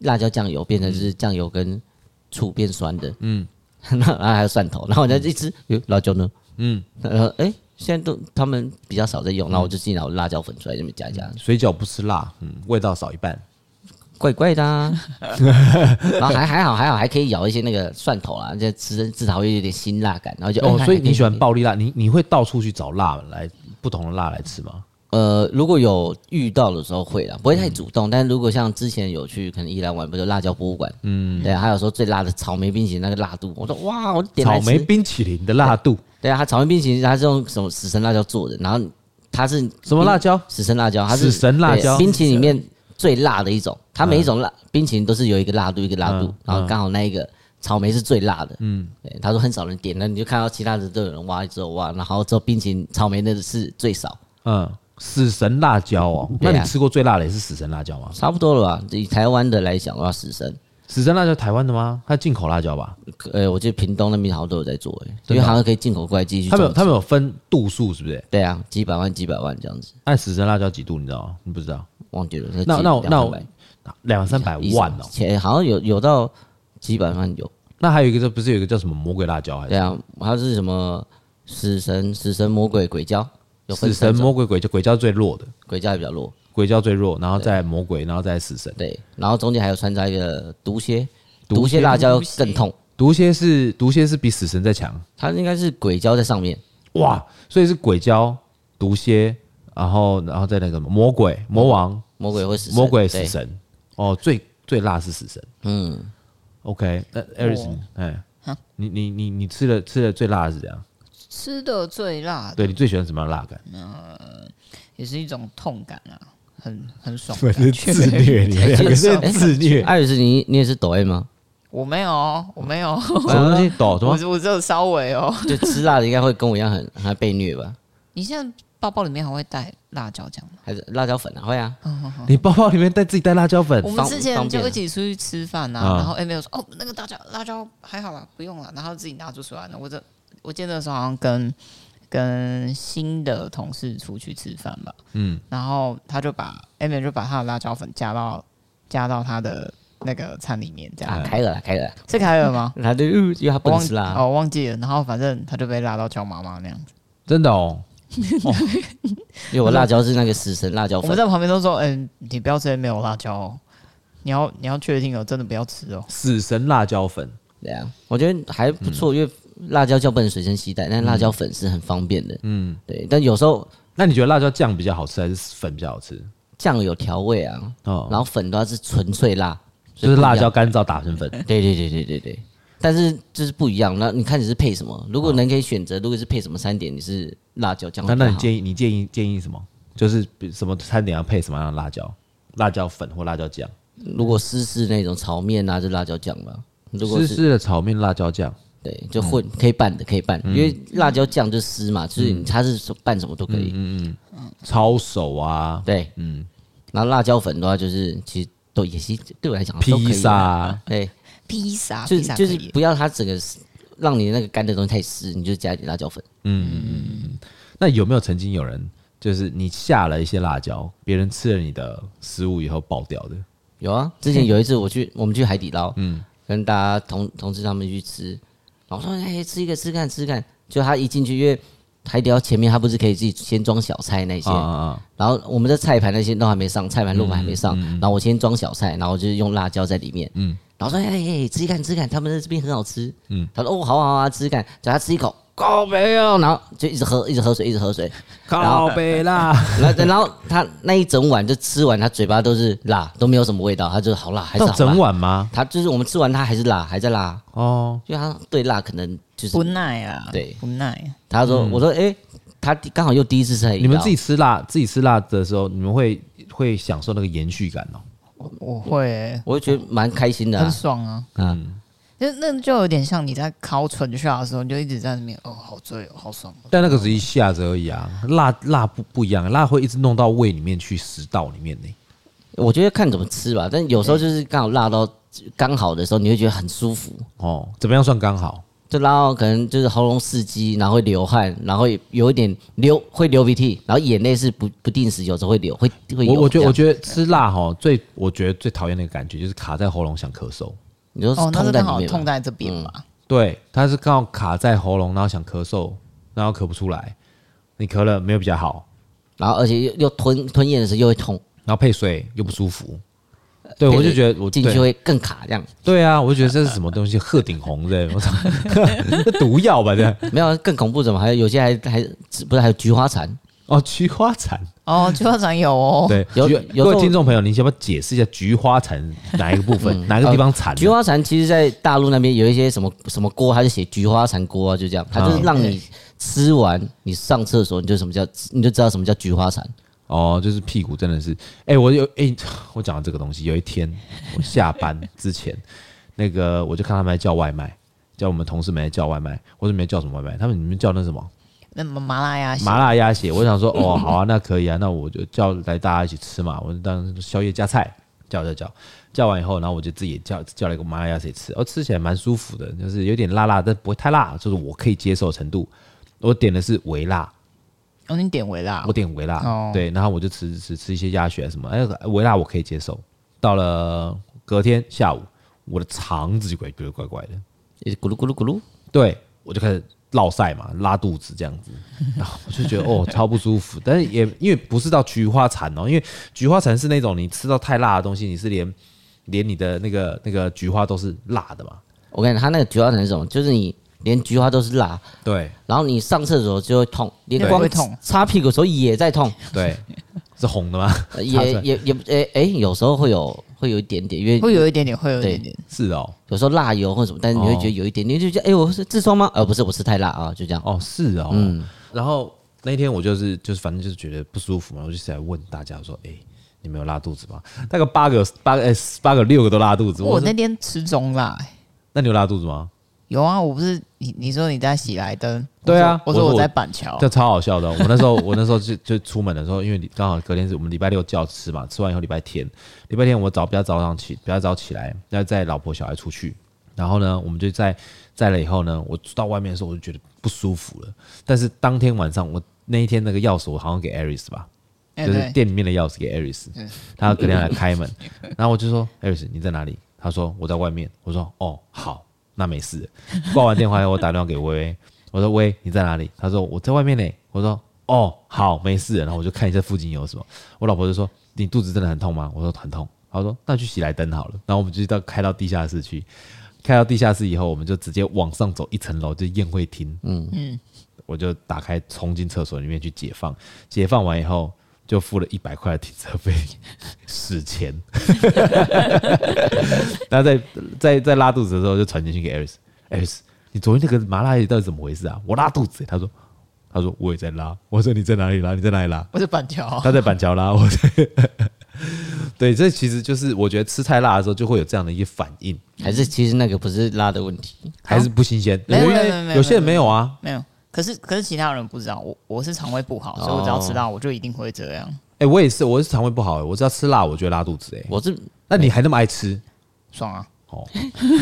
[SPEAKER 3] 辣椒酱油，变成就是酱油跟醋变酸的，嗯， 然后还有蒜头，然后我就一吃，哟，辣椒呢？
[SPEAKER 1] 嗯，
[SPEAKER 3] 然后哎、现在都他们比较少在用，然后我就自己拿辣椒粉出来这边加一加，
[SPEAKER 1] 水饺不吃辣，嗯，味道少一半。
[SPEAKER 3] 怪怪 的、啊，然后还还好还好，还可以咬一些那个蒜头啊，这吃至少会有点辛辣感，然后就哎
[SPEAKER 1] 哦，所以你喜欢
[SPEAKER 3] 爆？
[SPEAKER 1] 暴力辣，你你会到处去找辣来不同的辣来吃吗？
[SPEAKER 3] 呃，如果有遇到的时候会啦，不会太主动，但如果像之前有去可能宜兰玩，不就辣椒博物馆，嗯，对啊，还有说最辣的草莓冰淇淋那个辣度，我说哇，我点来
[SPEAKER 1] 草
[SPEAKER 3] 吃
[SPEAKER 1] 莓，冰淇淋的辣度，
[SPEAKER 3] 对啊，它草莓冰淇淋它是用什么死神辣椒做的，然后它是
[SPEAKER 1] 什么辣椒？
[SPEAKER 3] 死神辣椒，它是
[SPEAKER 1] 死神辣椒
[SPEAKER 3] 对冰淇淋里面最辣的一种。它每一种辣、冰淇淋都是有一个辣度，一个辣度，
[SPEAKER 1] 嗯
[SPEAKER 3] 然后刚好那一个草莓是最辣的。嗯，对，他说很少人点，那你就看到其他的都有人挖，只有挖，然后之后冰淇淋草莓那个是最少，
[SPEAKER 1] 嗯，死神辣椒哦。
[SPEAKER 3] 对
[SPEAKER 1] 那
[SPEAKER 3] 啊
[SPEAKER 1] 你吃过最辣的也是死神辣椒吗？
[SPEAKER 3] 差不多了吧？以台湾的来讲的话，死神，
[SPEAKER 1] 死神辣椒台湾的吗？它进口辣椒吧？
[SPEAKER 3] 呃，我记得屏东那边好像都有在做、欸，因
[SPEAKER 1] 真的啊
[SPEAKER 3] 为好像可以进口过来继续
[SPEAKER 1] 他
[SPEAKER 3] 种
[SPEAKER 1] 们
[SPEAKER 3] 植。
[SPEAKER 1] 有他们有分度数是不是？
[SPEAKER 3] 对啊，几百万几百万这样子，
[SPEAKER 1] 按死神辣椒几度你知道吗？你不知道？
[SPEAKER 3] 忘记了。
[SPEAKER 1] 那那我那我两三百
[SPEAKER 3] 百
[SPEAKER 1] 万哦。
[SPEAKER 3] 前好像有有到几百万有。
[SPEAKER 1] 那还有一个，这不是有一个叫什么魔鬼辣椒还
[SPEAKER 3] 对
[SPEAKER 1] 是？
[SPEAKER 3] 啊，还有是什么死神、死神、魔鬼、鬼椒，有分
[SPEAKER 1] 死
[SPEAKER 3] 三
[SPEAKER 1] 神、
[SPEAKER 3] 种
[SPEAKER 1] 魔鬼、鬼就鬼叫最弱的，
[SPEAKER 3] 鬼教也比较弱，
[SPEAKER 1] 鬼叫最弱，然后再魔鬼，然后再死神。
[SPEAKER 3] 对，然后中间还有穿插一个毒蝎，
[SPEAKER 1] 毒
[SPEAKER 3] 毒
[SPEAKER 1] 蝎
[SPEAKER 3] 蝎辣椒
[SPEAKER 2] 毒蝎
[SPEAKER 3] 更痛，
[SPEAKER 1] 毒蝎是毒蝎是比死神再强，
[SPEAKER 3] 它应该是鬼椒在上面，
[SPEAKER 1] 哇！所以是鬼鲛、毒蝎，然后然后再那个魔鬼、魔王、
[SPEAKER 3] 魔鬼会嗯死神，
[SPEAKER 1] 魔鬼、
[SPEAKER 3] 对
[SPEAKER 1] 死，神。哦，最最辣是死神。
[SPEAKER 3] 嗯，
[SPEAKER 1] OK，那 Eric，哎，你你你你吃了吃了最辣的是怎样？
[SPEAKER 2] 吃的最
[SPEAKER 3] 嗯
[SPEAKER 2] 辣的
[SPEAKER 1] 对你最喜欢什么样的辣感？。
[SPEAKER 2] 也是一种痛感啊，很很爽
[SPEAKER 3] 啊
[SPEAKER 1] 是自虐，你们两个是自虐。
[SPEAKER 3] 艾瑞斯，你你也是抖 M 吗？
[SPEAKER 2] 我没有哦，我没有，
[SPEAKER 1] 什么东西抖？什
[SPEAKER 2] 我
[SPEAKER 1] 么？
[SPEAKER 2] 只我只有稍微哦。
[SPEAKER 3] 就吃辣的应该会跟我一样很还被虐吧？
[SPEAKER 2] 你现在包包里面还会带辣椒酱吗？
[SPEAKER 3] 还是辣椒粉啊？会啊，
[SPEAKER 1] 你包包里面带自己带辣椒粉
[SPEAKER 2] 我？们
[SPEAKER 3] 方
[SPEAKER 2] 之前
[SPEAKER 3] 方
[SPEAKER 2] 就
[SPEAKER 3] 便
[SPEAKER 2] 一起出去吃饭
[SPEAKER 1] 啊
[SPEAKER 2] 啊，然后 A 没有说哦，那个辣椒辣椒还好啦，不用了，然后自己拿出出来了。我这我记得那时候好像跟跟新的同事出去吃饭吧，
[SPEAKER 1] 嗯
[SPEAKER 2] 嗯，然后他就把 A 没就把他的辣椒粉加到加到他的那个餐里面，这样、
[SPEAKER 3] 啊，开
[SPEAKER 1] 嗯
[SPEAKER 3] 了啦开了啦，
[SPEAKER 2] 是凯尔 吗？
[SPEAKER 3] 他的，呃因为他不
[SPEAKER 2] 我
[SPEAKER 3] 能
[SPEAKER 2] 忘
[SPEAKER 3] 吃
[SPEAKER 2] 哦，
[SPEAKER 3] 辣，
[SPEAKER 2] 我忘记了。然后反正他就被辣到叫妈妈那样子。
[SPEAKER 1] 真的哦，
[SPEAKER 3] 因为我辣椒是那个死神辣椒
[SPEAKER 2] 我们
[SPEAKER 3] 粉，
[SPEAKER 2] 在旁边都说：“嗯、你不要吃没有辣椒、哦，你要你要确定哦，真的不要吃哦。
[SPEAKER 1] 死神辣椒粉。
[SPEAKER 3] 对啊，我觉得还不
[SPEAKER 1] 嗯
[SPEAKER 3] 错，因为辣椒酱不能随身携带，但辣椒粉是很方便的，嗯，对，但有时候
[SPEAKER 1] 那你觉得辣椒酱比较好吃，还是粉比较好吃？
[SPEAKER 3] 酱有调味啊，
[SPEAKER 1] 哦，
[SPEAKER 3] 然后粉的话是纯粹辣，所
[SPEAKER 1] 就
[SPEAKER 3] 以
[SPEAKER 1] 是
[SPEAKER 3] 不一样
[SPEAKER 1] 辣椒，干燥打成粉。
[SPEAKER 3] 对对对对对对。但是就是不一样，那你看你是配什么？如果能可以选择，如果是配什么餐点，你是辣椒酱会
[SPEAKER 1] 哦那
[SPEAKER 3] 比较
[SPEAKER 1] 那
[SPEAKER 3] 好。
[SPEAKER 1] 你建议你建议建议什么？就是比什么餐点要配什么样的辣椒？辣椒粉或辣椒酱？
[SPEAKER 3] 如果湿式那种炒面啊，就辣椒酱吧。如果
[SPEAKER 1] 芝
[SPEAKER 3] 是
[SPEAKER 1] 士的炒面辣椒酱。
[SPEAKER 3] 对，就混可以拌的，可以拌，因为辣椒酱就湿嘛，就是你它是说拌什么都可以。
[SPEAKER 1] 抄手啊，
[SPEAKER 3] 对，嗯，然后辣椒粉的话，就是其实都也是对我来讲都可以
[SPEAKER 1] 披萨啊，
[SPEAKER 3] 对，”
[SPEAKER 2] 披萨，
[SPEAKER 3] 就
[SPEAKER 2] 披萨
[SPEAKER 3] 就是
[SPEAKER 2] 可以
[SPEAKER 3] 不要它整个湿让你那个干的东西太湿，你就加一点辣椒粉。
[SPEAKER 1] 那有没有曾经有人就是你下了一些辣椒，别人吃了你的食物以后爆掉的？
[SPEAKER 3] 有啊，之前有一次我 去我们去海底捞，嗯，跟大家同同事他们去吃，然后我说哎、吃一个吃看吃看，就他一进去，因为海底捞前面他不是可以自己先装小菜那些，
[SPEAKER 1] 啊啊 啊！
[SPEAKER 3] 然后我们的菜盘那些都还没上，菜盘肉盘还没
[SPEAKER 1] 嗯
[SPEAKER 3] 上，然后我先装小菜，然后就是用辣椒在里面，嗯，然后说哎哎，吃一看吃一看，他们这边很好吃，嗯，他说哦好啊好啊，吃一看，叫他吃一口，够没有，然后就一直喝一直喝水一直 喝水，
[SPEAKER 1] 靠北 啦，
[SPEAKER 3] 然后然后他那一整碗就吃完，他嘴巴都是辣，都没有什么味道，他就好辣还是
[SPEAKER 1] 到
[SPEAKER 3] 好辣，
[SPEAKER 1] 整碗吗？
[SPEAKER 3] 他就是我们吃完他还是辣还在辣，
[SPEAKER 1] 哦，
[SPEAKER 3] 因为他对辣可能就是
[SPEAKER 2] 不耐啊，
[SPEAKER 3] 对
[SPEAKER 2] 不耐。
[SPEAKER 3] 他说、我说哎、他刚好又第一次吃海底
[SPEAKER 1] 嗯你们
[SPEAKER 3] 捞
[SPEAKER 1] 自己吃辣，自己吃辣的时候，你们会会享受那个延续感哦。
[SPEAKER 2] 我我会、欸、
[SPEAKER 3] 我就觉得蛮开心的、
[SPEAKER 2] 很
[SPEAKER 3] 啊，
[SPEAKER 2] 爽啊，
[SPEAKER 1] 嗯，
[SPEAKER 2] 那那就有点像你在烤纯下的时候，你就一直在那边哦，好醉哦，好爽哦。
[SPEAKER 1] 但那个只是一下子而已啊，辣辣不不一样，辣会一直弄到胃里面去，食道里面呢。
[SPEAKER 3] 我觉得看怎么吃吧，但有时候就是刚好辣到刚好的时候，你会觉得很舒服，
[SPEAKER 1] 哦，怎么样算刚好？
[SPEAKER 3] 就辣到可能就是喉咙刺激，然后会流汗，然后有一点流会流鼻涕，然后眼泪是不不定时，有时候会流，会会
[SPEAKER 1] 我
[SPEAKER 3] 有
[SPEAKER 1] 我觉
[SPEAKER 3] 这
[SPEAKER 1] 得
[SPEAKER 3] 样
[SPEAKER 1] 我觉得吃辣哈，最我觉得最讨厌的感觉就是卡在喉咙想咳嗽。
[SPEAKER 3] 你就是
[SPEAKER 2] 哦，那
[SPEAKER 3] 痛
[SPEAKER 2] 是
[SPEAKER 3] 在
[SPEAKER 2] 刚
[SPEAKER 3] 里
[SPEAKER 2] 好
[SPEAKER 3] 面
[SPEAKER 2] 痛
[SPEAKER 3] 嘛
[SPEAKER 2] 在这边吧？
[SPEAKER 1] 对，它是刚好卡在喉咙，然后想咳嗽，然后咳不出来。你咳了没有比较好，
[SPEAKER 3] 然后而且又又吞吞咽的时候又会痛，
[SPEAKER 1] 然后配水又不舒服。对，
[SPEAKER 3] 配
[SPEAKER 1] 我 就
[SPEAKER 3] 水
[SPEAKER 1] 觉得我
[SPEAKER 3] 进
[SPEAKER 1] 对
[SPEAKER 3] 去会更卡这样，
[SPEAKER 1] 对啊，我就觉得这是什么东西，鹤顶红的， 我操，这毒药吧这？
[SPEAKER 3] 没有更恐怖怎么还有有些还还不是还有菊花残，
[SPEAKER 1] 哦，菊花蚕，
[SPEAKER 2] 哦，菊花肠有哦，
[SPEAKER 1] 对，
[SPEAKER 3] 有
[SPEAKER 1] 菊
[SPEAKER 3] 有
[SPEAKER 1] 各
[SPEAKER 3] 这
[SPEAKER 1] 位
[SPEAKER 3] 种
[SPEAKER 1] 听众朋友，你先不要解释一下菊花蚕 哪一个部分，哪个地方蚕呢？
[SPEAKER 3] 菊花残其实，在大陆那边有一些什么什么锅，它就写菊花残锅啊，就这样，它就是让你吃完，你上厕所，你就什么叫，你就知道什么叫菊花残。
[SPEAKER 1] 哦，就是屁股真的是，哎、我有哎、我讲到这个东西，有一天我下班之前，那个我就看他们在叫外卖，叫我们同事们在叫外卖，我说你们叫什么外卖？他们你们叫那什么
[SPEAKER 2] 那么麻辣呀，
[SPEAKER 1] 麻辣鸭血？我想说，哦，好啊，那可以啊，那我就叫来大家一起吃嘛，我就当宵夜加菜，叫叫叫，叫完以后，然后我就自己也叫叫了一个麻辣鸭血吃，哦，吃起来蛮舒服的，就是有点辣辣，但不会太辣，就是我可以接受的程度。我点的是微辣，
[SPEAKER 2] 哦，你点微辣
[SPEAKER 1] 我，点微辣，
[SPEAKER 2] 哦
[SPEAKER 1] 对，然后我就吃吃吃一些鸭血什么，哎，微辣我可以接受。到了隔天下午，我的肠子就怪觉得怪怪的，
[SPEAKER 3] 也是咕噜咕噜咕噜，
[SPEAKER 1] 对我就开始落晒嘛，拉肚子这样子，然后我就觉得哦超不舒服，但是也因为不是到菊花残哦，因为菊花残是那种你吃到太辣的东西，你是连连你的那个那个菊花都是辣的嘛，
[SPEAKER 3] 我跟你讲，它那个菊花是那种，就是你连菊花都是辣，
[SPEAKER 1] 对
[SPEAKER 3] 然后你上厕所就会痛，连
[SPEAKER 2] 对
[SPEAKER 3] 光
[SPEAKER 2] 会痛
[SPEAKER 3] 擦屁股的时候也在 痛，
[SPEAKER 1] 对， 是红的吗？ 擦出
[SPEAKER 3] 呃也
[SPEAKER 1] 来
[SPEAKER 3] 也也诶诶、有时候会有会有一点点，因为
[SPEAKER 2] 会有一点点，会有一点点。
[SPEAKER 1] 是哦，
[SPEAKER 3] 有时候辣油或什么，但是你会觉得有一点点，你就觉得哎、我是痔疮吗？呃，不是，我吃太辣啊，就这样。
[SPEAKER 1] 哦是哦，
[SPEAKER 3] 嗯，
[SPEAKER 1] 然后那天我就是就是反正就是觉得不舒服嘛，我就是来问大家说，哎、你们有拉肚子吗？大概八个八个、哎八个六个都拉肚子，
[SPEAKER 2] 我
[SPEAKER 1] 我说
[SPEAKER 2] 那天吃中辣、欸
[SPEAKER 1] 那你有拉肚子吗？
[SPEAKER 2] 有啊，我不是你你说你在喜来登，
[SPEAKER 1] 对啊
[SPEAKER 2] 我说
[SPEAKER 1] 我说
[SPEAKER 2] 我说
[SPEAKER 1] 我
[SPEAKER 2] 我在板桥，
[SPEAKER 1] 这超好笑的哦、我那时候我那时候就就出门的时候，因为你刚好隔天是我们礼拜六叫吃嘛，吃完以后礼拜天，礼拜天我早比较早上起，比较早起来，要载老婆小孩出去，然后呢，我们就在载了以后呢，我到外面的时候我就觉得不舒服了，但是当天晚上我那一天那个钥匙我好像给 Aris 吧，
[SPEAKER 2] 哎
[SPEAKER 1] 就是
[SPEAKER 2] 对，嗯
[SPEAKER 1] 店里面的钥匙给 Aris，他隔天来开 门，然后我就说 Aris 你在哪里？他说我在外面。我说哦好，那没事。挂完电话以后，我打电话给薇薇， 我说薇你在哪里？他说我在外面嘞。我说哦好没事。然后我就看一下附近有什么。我老婆就说你肚子真的很痛吗？我说很痛。她说那去喜来登好了。然后我们就到开到地下室去。开到地下室以后，我们就直接往上走一层楼，就是宴会厅。嗯嗯，我就打开冲进厕所里面去解放，解放完以后就付了一百块的停车费，史 前。那在在在拉肚子的时候，就传进去给 Aris，Aris，你昨天那个麻辣鸡到底怎么回事啊？我拉肚子欸、他说，他说我也在拉。我说你在哪里拉？你在哪里拉？
[SPEAKER 2] 我是板桥，
[SPEAKER 1] 他在板桥 啦，我在。 对，这其实就是我觉得吃太辣的时候就会有这样的一个反应，
[SPEAKER 3] 还是其实那个不是辣的问题，
[SPEAKER 1] 还是不新鲜。
[SPEAKER 2] 没有
[SPEAKER 1] 我因
[SPEAKER 2] 没有没
[SPEAKER 1] 为
[SPEAKER 2] 有
[SPEAKER 1] 有些人没有啊，
[SPEAKER 2] 没有。可是可是其他人不知道，我我是肠胃不好，所以我只要吃辣我就一定会这样，
[SPEAKER 1] 哎、我也是，我是肠胃不好、欸，我只要吃辣我就会拉肚子、欸，哎，
[SPEAKER 3] 我是
[SPEAKER 1] 那你还那么爱吃
[SPEAKER 2] 爽啊！
[SPEAKER 1] 哦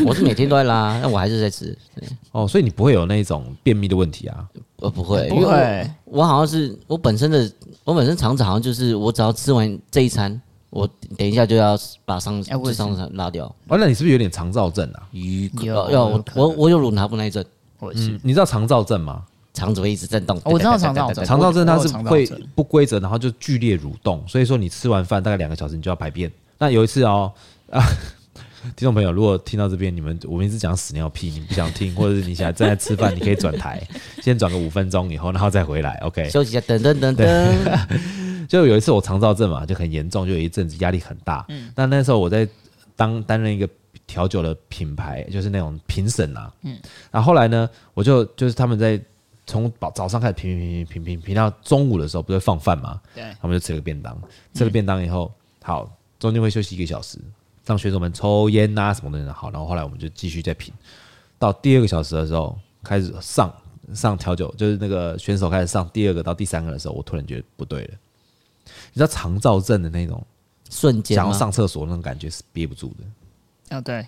[SPEAKER 3] 我是每天都在拉，但我还是在吃。对
[SPEAKER 1] 哦，所以你不会有那种便秘的问题啊？
[SPEAKER 3] 我不会，
[SPEAKER 2] 不
[SPEAKER 3] 因为
[SPEAKER 2] 会
[SPEAKER 3] 我我好像是我本身的，我本身肠子好像就是我只要吃完这一餐，我等一下就要把上
[SPEAKER 2] 哎我
[SPEAKER 3] 这
[SPEAKER 2] 也是
[SPEAKER 3] 上上拉掉。
[SPEAKER 1] 哦，那你是不是有点肠燥症啊？
[SPEAKER 3] 鱼
[SPEAKER 2] 有
[SPEAKER 3] 要我
[SPEAKER 2] 有可
[SPEAKER 3] 我
[SPEAKER 2] 能
[SPEAKER 3] 我有乳糖不耐症，
[SPEAKER 2] 我也是，
[SPEAKER 1] 你知道肠燥症吗？
[SPEAKER 3] 肠子会一直震动。
[SPEAKER 2] 哦我知道肠道对
[SPEAKER 1] 肠燥症它是
[SPEAKER 2] 我有肠
[SPEAKER 1] 会
[SPEAKER 2] 燥症
[SPEAKER 1] 不规则，然后就剧烈蠕动，所以说你吃完饭大概两个小时你就要排便。那有一次哦，啊， 听众朋友，如果听到这边，你们我们一直讲屎尿屁，你不想听，或者是你想正在吃饭，你可以转台，先转个五分钟以后，然后再回来。OK，
[SPEAKER 3] 休息一下，噔噔噔噔，
[SPEAKER 1] 就有一次我肠燥症嘛，就很严重，就有一阵子压力很大。嗯，那那时候我在当担任一个调酒的品牌，就是那种评审啊。嗯，然后后来呢，我就就是他们在从早早上开始评评评评评评到中午的时候，不是放饭嘛？
[SPEAKER 2] 对，
[SPEAKER 1] 他们就吃了个便当，吃了便当以后，好，中间会休息一个小时，让选手们抽烟呐、什么的。好，然后后来我们就继续再品，到第二个小时的时候开始上上调酒，就是那个选手开始上第二个到第三个的时候，我突然觉得不对了。你知道肠燥症的那种
[SPEAKER 3] 瞬间
[SPEAKER 1] 想要
[SPEAKER 3] 吗
[SPEAKER 1] 上厕所那种感觉是憋不住的，嗯
[SPEAKER 2] 哦对，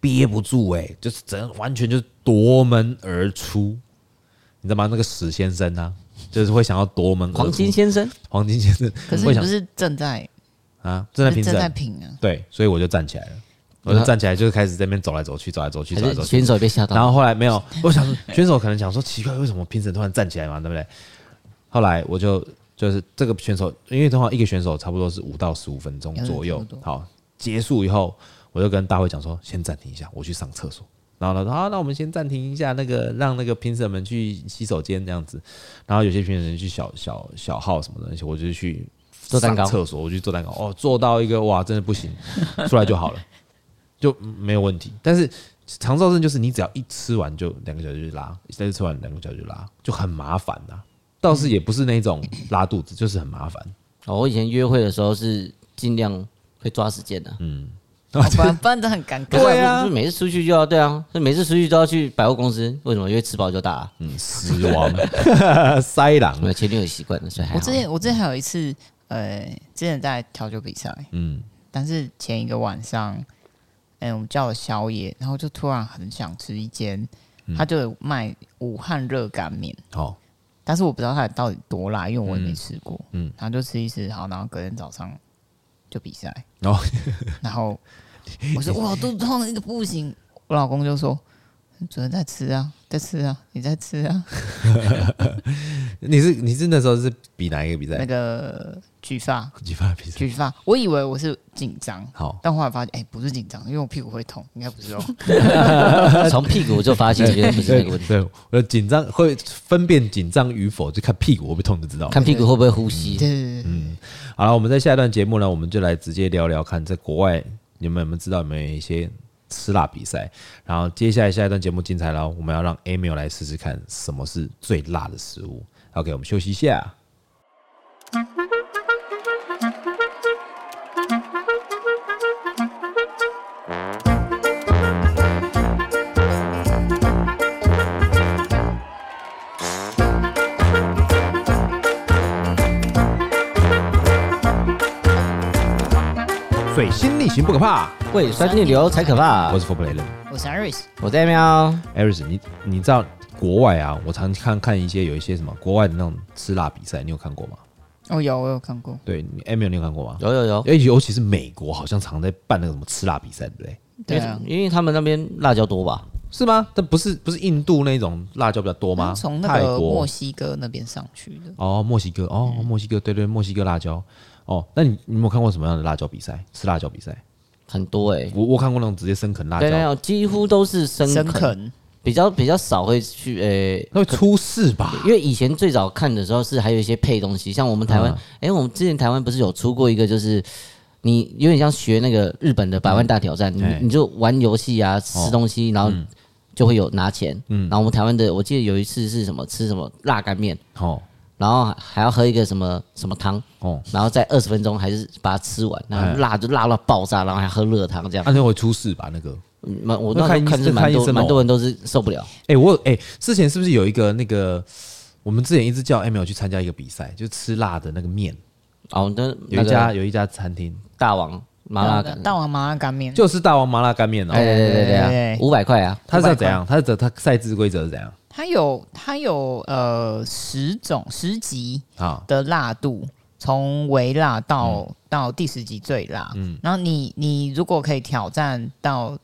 [SPEAKER 1] 憋不住哎、就是整完全就是夺门而出，你知道吗？那个史先生啊，就是会想要夺门而出。
[SPEAKER 3] 黄金先生，
[SPEAKER 1] 黄金先生
[SPEAKER 2] 可是
[SPEAKER 1] 会
[SPEAKER 2] 你
[SPEAKER 1] 想
[SPEAKER 2] 不是正在
[SPEAKER 1] 啊，正在评
[SPEAKER 2] 正在
[SPEAKER 1] 审，
[SPEAKER 2] 品 啊？
[SPEAKER 1] 对，所以我就站起来了，我就站起来就开始在那边走来走去，走来走去，
[SPEAKER 3] 还
[SPEAKER 1] 走来
[SPEAKER 3] 是
[SPEAKER 1] 走去。
[SPEAKER 3] 选手也被吓到？
[SPEAKER 1] 然后后来没 有，我想说选手可能想说奇怪，为什么评审突然站起来嘛，对不对？后来我就就是这个选手，因为通常一个选手差不多是五到十五分钟左右
[SPEAKER 2] 嗯差不，多
[SPEAKER 1] 好，结束以后我就跟大会讲说，先暂停一下，我去上厕所。然后他说：“好、那我们先暂停一下，那个让那个评审们去洗手间这样子。然后有些评审去小小小号什么的，我就去
[SPEAKER 3] 做蛋糕
[SPEAKER 1] 上厕所，我去做蛋糕。哦，做到一个哇，真的不行，出来就好了，就嗯没有问题。但是肠燥症就是你只要一吃完就两个小时就拉，一次吃完两个小时就拉，就很麻烦呐、倒是也不是那种拉肚子，就是很麻烦。
[SPEAKER 3] 哦，我以前约会的时候是尽量会抓时间的、
[SPEAKER 2] 哦不然不然真的很尴
[SPEAKER 3] 可是
[SPEAKER 2] 尬。
[SPEAKER 1] 啊
[SPEAKER 3] 就每次出去就要对啊，所以每次出去都要去百货公司。为什么？因为吃饱就大、啊。
[SPEAKER 1] 嗯，死亡 塞狼
[SPEAKER 3] 我，前女友习惯了，所以还
[SPEAKER 2] 我
[SPEAKER 3] 好。
[SPEAKER 2] 之 前我之前还有一次，呃，之前在调酒比赛，
[SPEAKER 1] 嗯，
[SPEAKER 2] 但是前一个晚上，哎、我们叫了宵夜，然后就突然很想吃一间，
[SPEAKER 1] 嗯
[SPEAKER 2] 他就有卖武汉热干面，
[SPEAKER 1] 好、
[SPEAKER 2] 但是我不知道它到底多辣，因为我也没吃过。
[SPEAKER 1] 嗯
[SPEAKER 2] 嗯
[SPEAKER 1] 嗯，
[SPEAKER 2] 然后就吃一吃，好，然后隔天早上就比赛，
[SPEAKER 1] 然后
[SPEAKER 2] 然后我说哇，肚子痛的一个不行，我老公就说你昨天在吃啊，在吃啊，你在吃啊，
[SPEAKER 1] 你是你是那时候是比哪一个比
[SPEAKER 2] 那
[SPEAKER 1] 赛？
[SPEAKER 2] 个举发
[SPEAKER 1] 举发比赛。
[SPEAKER 2] 举发，我以为我是紧张，
[SPEAKER 1] 好，
[SPEAKER 2] 但后来发现，哎、不是紧张，因为我屁股会痛，应该不是哦。
[SPEAKER 3] 从屁股就发现这个不是那个问题。
[SPEAKER 1] 哎对，我的紧张会分辨紧张与否，就看屁股会不会痛就知道。
[SPEAKER 3] 看屁股会不会呼吸
[SPEAKER 2] 对？对对对，
[SPEAKER 1] 好了，我们在下一段节目呢，我们就来直接聊聊看，在国外你们有没有知道有没有一些吃辣比赛？然后接下来下一段节目精彩了，我们要让 Emil 来试试看什么是最辣的食物。OK，我们休息一下。水星逆行不可怕，
[SPEAKER 3] 胃酸逆流才可怕
[SPEAKER 1] 我。是 For p l a y e
[SPEAKER 2] 我是 Iris，
[SPEAKER 3] 我在啊喵，
[SPEAKER 1] 艾瑞斯，你你知道国外啊？我常看看一些有一些什么国外的那种吃辣比赛，你有看过吗？
[SPEAKER 2] 哦，有我有看过，
[SPEAKER 1] 对你，Emil，你有看过吗？
[SPEAKER 3] 有有有，
[SPEAKER 1] 哎，尤其是美国，好像常在办那个什么吃辣比赛，对不对？
[SPEAKER 2] 对啊，
[SPEAKER 3] 因为他们那边辣椒多吧？
[SPEAKER 1] 是吗？但不是不是印度那种辣椒比较多吗？
[SPEAKER 2] 从那
[SPEAKER 1] 泰
[SPEAKER 2] 个墨
[SPEAKER 1] 国
[SPEAKER 2] 西哥那边上去的，
[SPEAKER 1] 哦，墨西哥哦，墨西哥对对，墨西哥辣椒哦。那你你有没有看过什么样的辣椒比赛？吃辣椒比赛？
[SPEAKER 3] 很多哎、
[SPEAKER 1] 我我看过那种直接生啃辣
[SPEAKER 3] 对，没啊
[SPEAKER 1] 椒，
[SPEAKER 3] 有，几乎都是生
[SPEAKER 2] 深
[SPEAKER 3] 啃，
[SPEAKER 2] 啃，
[SPEAKER 3] 比较比较少会去诶、
[SPEAKER 1] 那会出事吧？
[SPEAKER 3] 因为以前最早看的时候是还有一些配东西，像我们台湾，
[SPEAKER 1] 嗯
[SPEAKER 3] 诶，我们之前台湾不是有出过一个，就是你有点像学那个日本的百万大挑战，
[SPEAKER 1] 哎
[SPEAKER 3] 你你就玩游戏啊，
[SPEAKER 1] 哦
[SPEAKER 3] 吃东西，然后
[SPEAKER 1] 嗯
[SPEAKER 3] 就会有拿钱。然后我们台湾的，我记得有一次是什么吃什么辣干面，
[SPEAKER 1] 哦
[SPEAKER 3] 然后还还要喝一个什么什么汤，
[SPEAKER 1] 哦，
[SPEAKER 3] 然后在二十分钟还是把它吃完，然
[SPEAKER 1] 哎
[SPEAKER 3] 后辣就辣到爆炸，然后还喝热汤这样。
[SPEAKER 1] 那就会出事吧？那个
[SPEAKER 3] 嗯蛮我
[SPEAKER 1] 那
[SPEAKER 3] 那时
[SPEAKER 1] 看
[SPEAKER 3] 候
[SPEAKER 1] 医
[SPEAKER 3] 看是
[SPEAKER 1] 生
[SPEAKER 3] 蛮
[SPEAKER 1] 看医
[SPEAKER 3] 多
[SPEAKER 1] 生
[SPEAKER 3] 蛮
[SPEAKER 1] 哦
[SPEAKER 3] 多人都是受不了，
[SPEAKER 1] 哎、我哎、之前是不是有一个那个，我们之前一直叫 Emil 去参加一个比赛，就吃辣的那个面，
[SPEAKER 3] 哦，那
[SPEAKER 1] 有
[SPEAKER 3] 那
[SPEAKER 1] 一家、
[SPEAKER 3] 个
[SPEAKER 1] 有一家餐厅
[SPEAKER 3] 大王麻辣
[SPEAKER 2] 那
[SPEAKER 3] 干
[SPEAKER 2] 个，大王啊麻辣干面，
[SPEAKER 1] 就是大王麻辣干面哦。
[SPEAKER 3] 哎对对对对
[SPEAKER 2] 对
[SPEAKER 3] 啊，五百块啊，
[SPEAKER 1] 它是
[SPEAKER 3] 500
[SPEAKER 1] 要怎？
[SPEAKER 3] 块
[SPEAKER 1] 样？它的它赛制规则是怎样？
[SPEAKER 2] 它有它有呃十种十级
[SPEAKER 1] 啊，
[SPEAKER 2] 的辣度，从微辣到、到第十级最辣，嗯，然后你你如果可以挑战到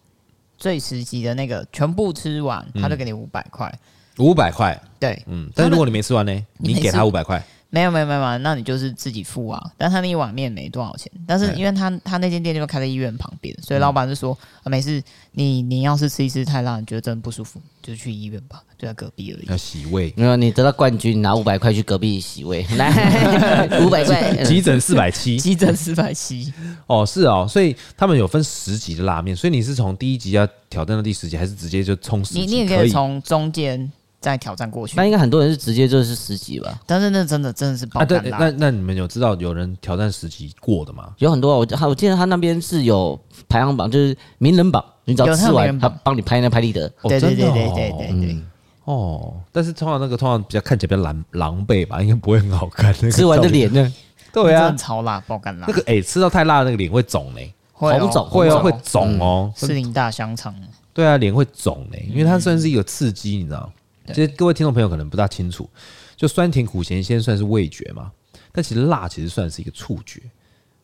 [SPEAKER 2] 最十级的那个全部吃完，他就给你五百块。
[SPEAKER 1] 五百块，
[SPEAKER 2] 对，
[SPEAKER 1] 嗯，但是如果你没吃完呢，
[SPEAKER 2] 你没
[SPEAKER 1] 你给他
[SPEAKER 2] 吃
[SPEAKER 1] 五百块，
[SPEAKER 2] 没有没有没有，没有那你就是自己付啊。但他那一碗面没多少钱，但是因为他他那间店就开在医院旁边，所以老板就说、啊、没事，你你要是吃一吃太辣，你觉得真的不舒服，就去医院吧，就在隔壁而已。
[SPEAKER 1] 要洗胃。
[SPEAKER 3] 没有，你得到冠军，拿五百块去隔壁 洗胃，来五百块，
[SPEAKER 1] 急诊四百七
[SPEAKER 2] 急诊四百七，
[SPEAKER 1] 哦，是哦，所以他们有分十级的拉面，所以你是从第一级要挑战到第十级，还是直接就冲十级？
[SPEAKER 2] 你你也
[SPEAKER 1] 可
[SPEAKER 2] 可以从中间再挑战过去
[SPEAKER 3] 那。应该很多人是直接就是十几吧，
[SPEAKER 2] 但是那真的真的是爆
[SPEAKER 1] 啊？对，
[SPEAKER 2] 肝辣，
[SPEAKER 1] 那那你们有知道有人挑战十级过的吗？
[SPEAKER 3] 有很多啊。我他我记得他那边是有排行榜，就是名人榜，你只要
[SPEAKER 2] 有他有
[SPEAKER 3] 吃
[SPEAKER 2] 名
[SPEAKER 3] 完，
[SPEAKER 2] 人
[SPEAKER 3] 他
[SPEAKER 2] 榜
[SPEAKER 3] 帮你拍那拍立得。
[SPEAKER 1] 哦
[SPEAKER 2] 对对
[SPEAKER 1] 真的
[SPEAKER 2] 对
[SPEAKER 1] 哦
[SPEAKER 2] 对对对对，
[SPEAKER 1] 哦，但是通常那个通常比较看起来比较狼狼狈吧，应该不会很好看。那个
[SPEAKER 3] 吃完的
[SPEAKER 1] 照片，
[SPEAKER 3] 脸呢？
[SPEAKER 1] 对
[SPEAKER 2] 真
[SPEAKER 1] 啊
[SPEAKER 2] 的，超辣，爆肝辣
[SPEAKER 1] 那，个哎、吃到太辣，那个脸会肿嘞、
[SPEAKER 2] 会嗯哦
[SPEAKER 3] 红肿
[SPEAKER 1] 会哦，
[SPEAKER 3] 肿
[SPEAKER 1] 会肿哦。
[SPEAKER 2] 士林大香肠，
[SPEAKER 1] 对啊，脸会肿嘞、因为它算是一个刺激，你知道？其实各位听众朋友可能不大清楚，就酸甜苦咸鲜算是味觉嘛，但其实辣其实算是一个触觉，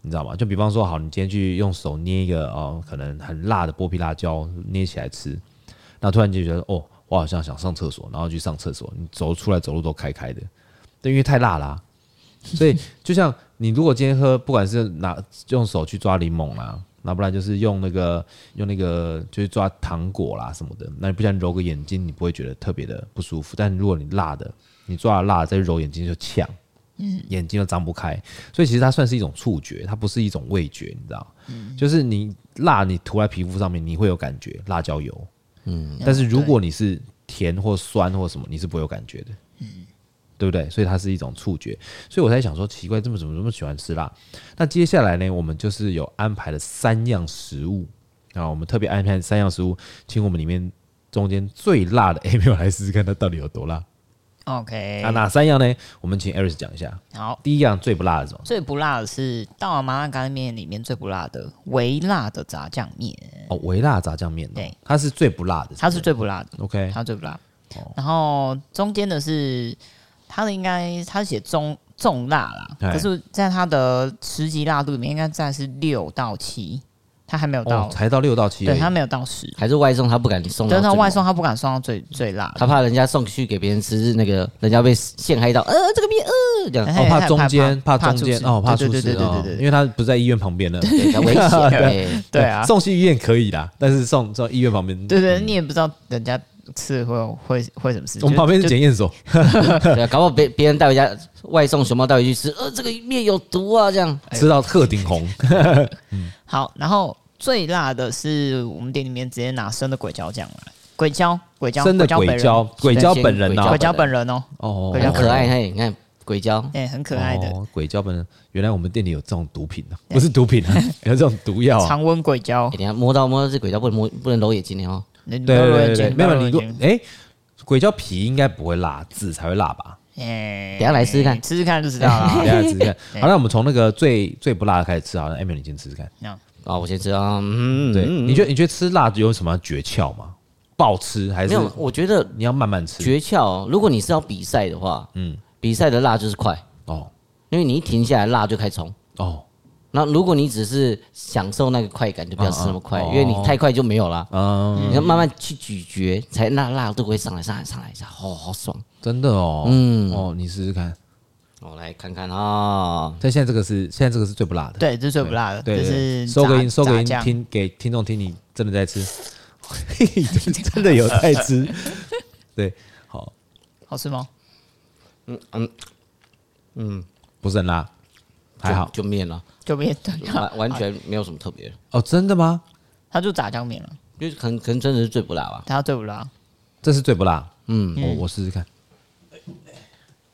[SPEAKER 1] 你知道吗？就比方说，好，你今天去用手捏一个哦，可能很辣的剥皮辣椒，捏起来吃，那突然间觉得哦，我好像想上厕所，然后去上厕所，你走出来走路都开开的，但因为太辣啦、所以就像你如果今天喝，不管是拿用手去抓柠檬啦、那不然就是用那个用那个就是抓糖果啦什么的，那你不想揉个眼睛，你不会觉得特别的不舒服。但如果你辣的，你抓了辣的再揉眼睛就呛，眼睛又张不开。所以其实它算是一种触觉，它不是一种味觉，你知道？就是你辣，你涂在皮肤上面，你会有感觉，辣椒油。嗯，但是如果你是甜或酸或什么，你是不会有感觉的。嗯，对不对？所以它是一种触觉，所以我才想说，奇怪，这么怎么这么喜欢吃辣？那接下来呢，我们就是有安排了三样食物啊，我们特别安排三样食物，请我们里面中间最辣的 A 没有来试试看，它到底有多辣？
[SPEAKER 2] OK，
[SPEAKER 1] 啊，哪三样呢？我们请 Eris 讲一下。
[SPEAKER 2] 好，
[SPEAKER 1] 第一样最不辣的是什么？
[SPEAKER 2] 最不辣的是大碗麻辣干面里面最不辣的微辣的炸酱面，
[SPEAKER 1] 哦，微辣炸酱面、哦。
[SPEAKER 2] 哎对，
[SPEAKER 1] 它是最不辣的。
[SPEAKER 2] 它是最不辣的，
[SPEAKER 1] OK
[SPEAKER 2] 它最不辣
[SPEAKER 1] 哦。
[SPEAKER 2] 然后中间的是它的应该它写中重辣啦，
[SPEAKER 1] 哎
[SPEAKER 2] 可是在它的十级辣度里面应该占是六到七，他还没有
[SPEAKER 1] 哦
[SPEAKER 2] 到，，
[SPEAKER 1] 才到六到七而已，
[SPEAKER 2] 对他没有到十，
[SPEAKER 3] 还是外送他不敢送到
[SPEAKER 2] 但是
[SPEAKER 3] 最猛，
[SPEAKER 2] 他外送他不敢送到最最辣的，
[SPEAKER 3] 他怕人家送去给别人吃，那个人家被陷害到， 呃，这个面呃这样，
[SPEAKER 1] 哦，
[SPEAKER 2] 嘿
[SPEAKER 1] 怕
[SPEAKER 2] 他
[SPEAKER 1] 中间，怕
[SPEAKER 2] 怕
[SPEAKER 1] 中
[SPEAKER 2] 出
[SPEAKER 1] 间，
[SPEAKER 2] 事
[SPEAKER 1] 哦，怕出
[SPEAKER 2] 对对
[SPEAKER 1] 事
[SPEAKER 2] 对对
[SPEAKER 1] 哦
[SPEAKER 2] 对对，
[SPEAKER 1] 因为他不在医院旁边了。
[SPEAKER 3] 对，他危险，哎对，
[SPEAKER 2] 对啊，
[SPEAKER 1] 送去医院可以啦，但是送送医院旁边，
[SPEAKER 2] 对对，你也不知道人家吃了会有会会什么事，
[SPEAKER 1] 我们
[SPEAKER 2] 就
[SPEAKER 1] 旁边是
[SPEAKER 2] 就
[SPEAKER 1] 检验所，
[SPEAKER 3] 对啊，搞不好别别人带回家外送熊猫带回去吃，呃，这个面有毒啊，这样。
[SPEAKER 2] 哎
[SPEAKER 1] 吃到鹤顶 红，
[SPEAKER 2] 好，然后最辣的是我们店里面直接拿生的鬼椒酱来，鬼椒鬼椒
[SPEAKER 1] 真的鬼
[SPEAKER 2] 本人
[SPEAKER 1] 椒，鬼椒本人
[SPEAKER 3] 对
[SPEAKER 1] 呐
[SPEAKER 2] 鬼，椒本人哦，
[SPEAKER 1] 哦，
[SPEAKER 2] 鬼
[SPEAKER 3] 很
[SPEAKER 2] 椒
[SPEAKER 3] 可爱，嘿，你看鬼椒，
[SPEAKER 2] 哎，很可爱的
[SPEAKER 1] 哦，鬼椒本人，原来我们店里有这种毒品啊， 不是毒品啊，有这种毒药啊，
[SPEAKER 2] 常温鬼椒
[SPEAKER 3] 欸、，等一下摸到摸到这鬼椒，不能摸，不能揉眼睛的哦。
[SPEAKER 2] 对
[SPEAKER 1] 对对对对，没有你如哎，鬼椒皮应该不会辣，籽才会辣吧？
[SPEAKER 2] 哎，
[SPEAKER 3] 等一下来试试看
[SPEAKER 2] 吃吃看就知道 了
[SPEAKER 1] 等一
[SPEAKER 2] 啊。
[SPEAKER 1] 下试试看。
[SPEAKER 2] 对
[SPEAKER 1] 好，那我们从那个最最不辣的开始吃，好了，Emily 你先试试看。
[SPEAKER 2] 那
[SPEAKER 3] 啊，我先吃啊，嗯，
[SPEAKER 1] 对，
[SPEAKER 3] 嗯
[SPEAKER 1] 你觉得你觉得吃辣有什么诀窍吗？暴吃还
[SPEAKER 3] 没
[SPEAKER 1] 是
[SPEAKER 3] 有？我觉得
[SPEAKER 1] 你要慢慢吃？
[SPEAKER 3] 诀窍哦，如果你是要比赛的话，
[SPEAKER 1] 嗯
[SPEAKER 3] 嗯，比赛的辣就是快，
[SPEAKER 1] 哦
[SPEAKER 3] 因为你一停下来辣就开冲。
[SPEAKER 1] 哦
[SPEAKER 3] 那如果你只是享受那个快感，就不要吃那么快，
[SPEAKER 1] 嗯嗯
[SPEAKER 3] 因为你太快就没有啦。
[SPEAKER 1] 嗯，
[SPEAKER 3] 你要慢慢去咀嚼，才那辣度会上来，上来，上来，上来，哦，好爽！
[SPEAKER 1] 真的哦，嗯哦，你试试看。
[SPEAKER 3] 我来看看啊，
[SPEAKER 1] 但现在这个是现在这个是最不辣的，
[SPEAKER 2] 对，这是最不辣的，
[SPEAKER 1] 对
[SPEAKER 2] 这
[SPEAKER 1] 对
[SPEAKER 2] 是
[SPEAKER 1] 对，收个音
[SPEAKER 2] 炸
[SPEAKER 1] 收个
[SPEAKER 2] 炸
[SPEAKER 1] 音
[SPEAKER 2] 酱
[SPEAKER 1] 听给听众听，你真的在 吃，嘿真真的有在吃， 对，好，
[SPEAKER 2] 好吃吗？
[SPEAKER 1] 不是很辣，还好
[SPEAKER 3] 就就面了，
[SPEAKER 2] 就面对啊，
[SPEAKER 3] 完完全没有什么特别的，
[SPEAKER 1] 哦，真的吗？
[SPEAKER 2] 它就炸酱面了，
[SPEAKER 3] 就是可能可能真的是最不辣吧。
[SPEAKER 2] 它最不辣。
[SPEAKER 1] 这是最不辣。嗯，我我试试看。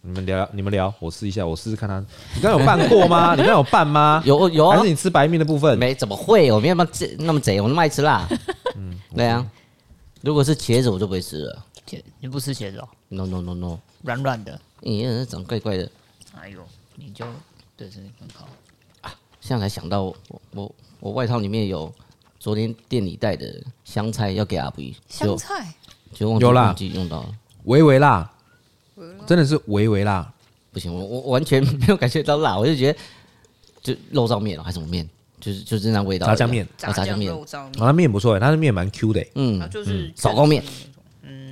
[SPEAKER 1] 你们聊，你们聊，我试一下，我试试看它。你刚刚有拌过吗？你刚刚有拌 吗？
[SPEAKER 3] 有有啊
[SPEAKER 1] 还是你吃白面的部分？
[SPEAKER 3] 没怎么会，我没有那么贼那么贼，我那么爱 吃辣。对啊，如果是茄子我就不会吃了。
[SPEAKER 2] 茄你不吃茄子哦，
[SPEAKER 3] No no no no，
[SPEAKER 2] 软软的，
[SPEAKER 3] 咦、长怪怪的，
[SPEAKER 2] 哎呦，你就对身体很好。
[SPEAKER 3] 现在才想到我我我外套里面有昨天店里带的香菜要给阿布，
[SPEAKER 2] 香菜
[SPEAKER 3] 就忘记
[SPEAKER 1] 有啦
[SPEAKER 3] 忘记用到了，
[SPEAKER 1] 微微辣，真的是微微辣。
[SPEAKER 3] 不行，我我完全没有感觉到辣，我就觉得就肉燥面了哦还是什么面，就是就是那味道而已啊，
[SPEAKER 1] 炸酱面
[SPEAKER 3] 啊炸酱面，
[SPEAKER 2] 燥面
[SPEAKER 1] 啊，它面不错欸，它的面蛮 Q 的欸，
[SPEAKER 3] 嗯，
[SPEAKER 2] 啊就是嗯
[SPEAKER 3] 手工面，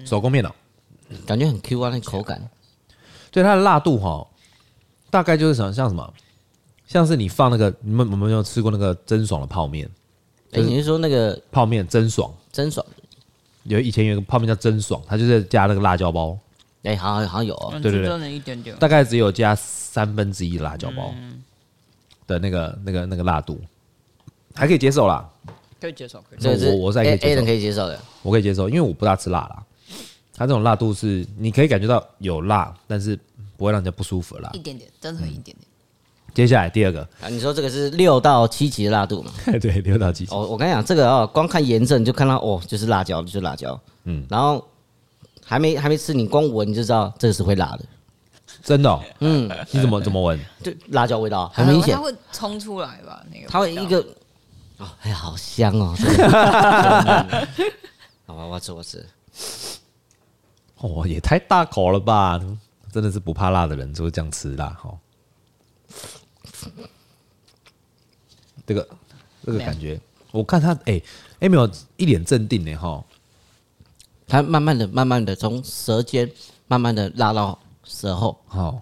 [SPEAKER 1] 手工面哦。
[SPEAKER 3] 感觉很 Q 啊，那口感，
[SPEAKER 1] 对它的辣度哈，大概就是想像什么，像是你放那个，你们有没有吃过那个蒸爽的泡面？
[SPEAKER 3] 哎、你是说那个
[SPEAKER 1] 泡面蒸爽，
[SPEAKER 3] 真爽？
[SPEAKER 1] 有以前有一个泡面叫蒸爽，它就是加那个辣椒包，
[SPEAKER 3] 哎、好像好像有、哦，
[SPEAKER 1] 对对对
[SPEAKER 2] 真的一点点。
[SPEAKER 1] 大概只有加三分之一的辣椒包的那个、那个那个辣度，还可以接受啦，
[SPEAKER 2] 可以接受，可以
[SPEAKER 1] 那
[SPEAKER 3] 这
[SPEAKER 1] 我
[SPEAKER 3] 是
[SPEAKER 1] 我再可
[SPEAKER 3] A
[SPEAKER 1] 以接
[SPEAKER 3] A
[SPEAKER 1] 受
[SPEAKER 3] 人可以接受的，
[SPEAKER 1] 我可以接受，因为我不大吃辣啦。它这种辣度是你可以感觉到有辣，但是不会让人家不舒服的辣
[SPEAKER 2] 一。点点，真的很一点点。
[SPEAKER 1] 接下来第二个，
[SPEAKER 3] 啊，你说这个是六到七级的辣度嘛？
[SPEAKER 1] 对，刘导记
[SPEAKER 3] 哦，我跟你讲，这个哦，光看颜色你就看到哦，就是辣椒，就是辣椒。嗯，然后还没还没吃，你光闻你就知道这个是会辣的，
[SPEAKER 1] 真的、哦，嗯，你怎么怎么闻？
[SPEAKER 3] 就辣椒味道很明显
[SPEAKER 4] 它，会冲出来吧？那个
[SPEAKER 3] 它会
[SPEAKER 4] 味道
[SPEAKER 3] 一个哦，哎，好香哦！这个好吧，我要吃，我要吃。
[SPEAKER 1] 哦，也太大口了吧！真的是不怕辣的人就是这样吃辣哈、哦。这个这个感觉，我看他哎哎没有一脸镇定呢哦哈、
[SPEAKER 3] 它慢慢的、慢慢的从舌尖慢慢的辣到舌后，
[SPEAKER 1] 好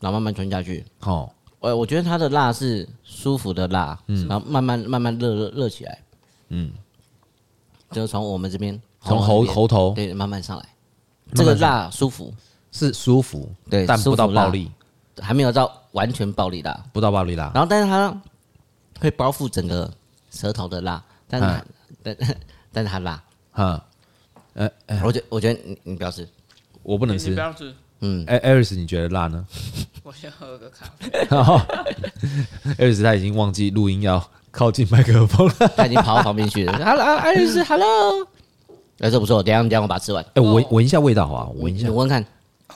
[SPEAKER 3] 然后慢慢吞下去。
[SPEAKER 1] 好
[SPEAKER 3] 呃，我觉得它的辣是舒服的辣，
[SPEAKER 1] 嗯
[SPEAKER 3] 然后慢慢慢慢热热热起来，嗯，就是从我们这边，
[SPEAKER 1] 从
[SPEAKER 3] 我
[SPEAKER 1] 喉
[SPEAKER 3] 们这边
[SPEAKER 1] 喉头
[SPEAKER 3] 对慢慢上来，
[SPEAKER 1] 慢
[SPEAKER 3] 这
[SPEAKER 1] 上来
[SPEAKER 3] 个辣舒服，
[SPEAKER 1] 是舒服，
[SPEAKER 3] 对
[SPEAKER 1] 但不到
[SPEAKER 3] 舒服辣
[SPEAKER 1] 暴力，
[SPEAKER 3] 还没有到完全暴力辣，
[SPEAKER 1] 不到暴力辣。
[SPEAKER 3] 然后但是它会包覆整个舌头的辣，但是
[SPEAKER 1] 嗯
[SPEAKER 3] 它但 但是它辣，
[SPEAKER 1] 哈，嗯
[SPEAKER 3] 我觉我觉得你你不要吃，
[SPEAKER 1] 我不能吃。
[SPEAKER 2] 要吃，
[SPEAKER 3] 嗯，
[SPEAKER 1] 哎，艾瑞斯，你觉得辣呢？
[SPEAKER 2] 我先喝个咖啡。
[SPEAKER 1] 艾瑞斯他已经忘记录音要靠近麦克风了。
[SPEAKER 3] 它已经跑到旁边 去了。Hello，爱丽丝，Hello，哎，这不错，等一下等一下我把它吃完，
[SPEAKER 1] 哎，闻闻一下味道啊，闻一
[SPEAKER 3] 你
[SPEAKER 1] 下
[SPEAKER 3] 你。闻看，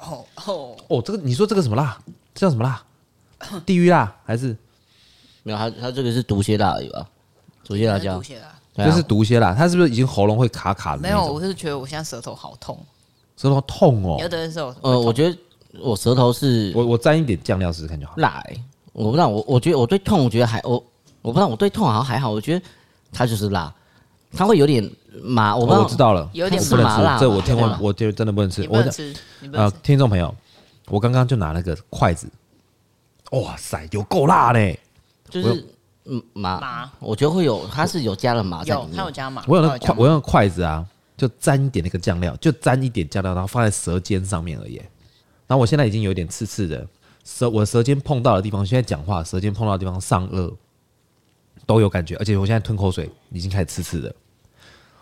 [SPEAKER 2] 哦哦，
[SPEAKER 1] 哦，这个你说这个什么辣？这叫什么辣？地狱辣还是？
[SPEAKER 3] 没有它它这个是毒蝎辣而已吧，毒蝎辣椒
[SPEAKER 2] 吐。血了。
[SPEAKER 3] 对啊
[SPEAKER 1] 就是毒蝎啦，它是不是已经喉咙会卡卡的
[SPEAKER 2] 没
[SPEAKER 1] 那
[SPEAKER 2] 有，
[SPEAKER 1] 种
[SPEAKER 2] 我？是觉得我现在舌头好痛，
[SPEAKER 1] 舌头痛
[SPEAKER 2] 有
[SPEAKER 1] 哦。
[SPEAKER 2] 的时候
[SPEAKER 3] 呃，我觉得我舌头是
[SPEAKER 1] 我我沾一点酱料试试看就好。
[SPEAKER 3] 辣、欸，我不知道，我我觉得我对痛，我觉得还我我不知道，我对痛好像还好，我觉得它就是辣，它会有点麻，我不
[SPEAKER 1] 哦
[SPEAKER 3] 知
[SPEAKER 1] 我
[SPEAKER 3] 道
[SPEAKER 1] 知道了，
[SPEAKER 4] 有点
[SPEAKER 1] 我不能
[SPEAKER 3] 麻辣
[SPEAKER 1] 吃，这我
[SPEAKER 3] 吧
[SPEAKER 1] 千
[SPEAKER 3] 对吧
[SPEAKER 1] 万我就真的不能吃
[SPEAKER 4] 你。不
[SPEAKER 1] 我
[SPEAKER 4] 能
[SPEAKER 1] 的
[SPEAKER 4] 吃，你不能
[SPEAKER 1] 呃
[SPEAKER 4] 吃，，
[SPEAKER 1] 听众朋友，我刚刚就拿了个筷子，哇塞，有够辣嘞！
[SPEAKER 3] 就是嗯麻
[SPEAKER 4] 麻
[SPEAKER 3] 我觉得会有，它是有加了麻在里
[SPEAKER 4] 有它有
[SPEAKER 3] 面。
[SPEAKER 4] 加码，
[SPEAKER 1] 我有那
[SPEAKER 4] 它
[SPEAKER 1] 个
[SPEAKER 4] 加
[SPEAKER 1] 筷，
[SPEAKER 4] 码
[SPEAKER 1] 我用筷子啊，就沾一点那个酱料，就沾一点酱料，然后放在舌尖上面而已。然后我现在已经有点刺刺的，舌我舌尖碰到的地方，现在讲话舌尖碰到的地方上颚都有感觉，而且我现在吞口水已经开始刺刺的。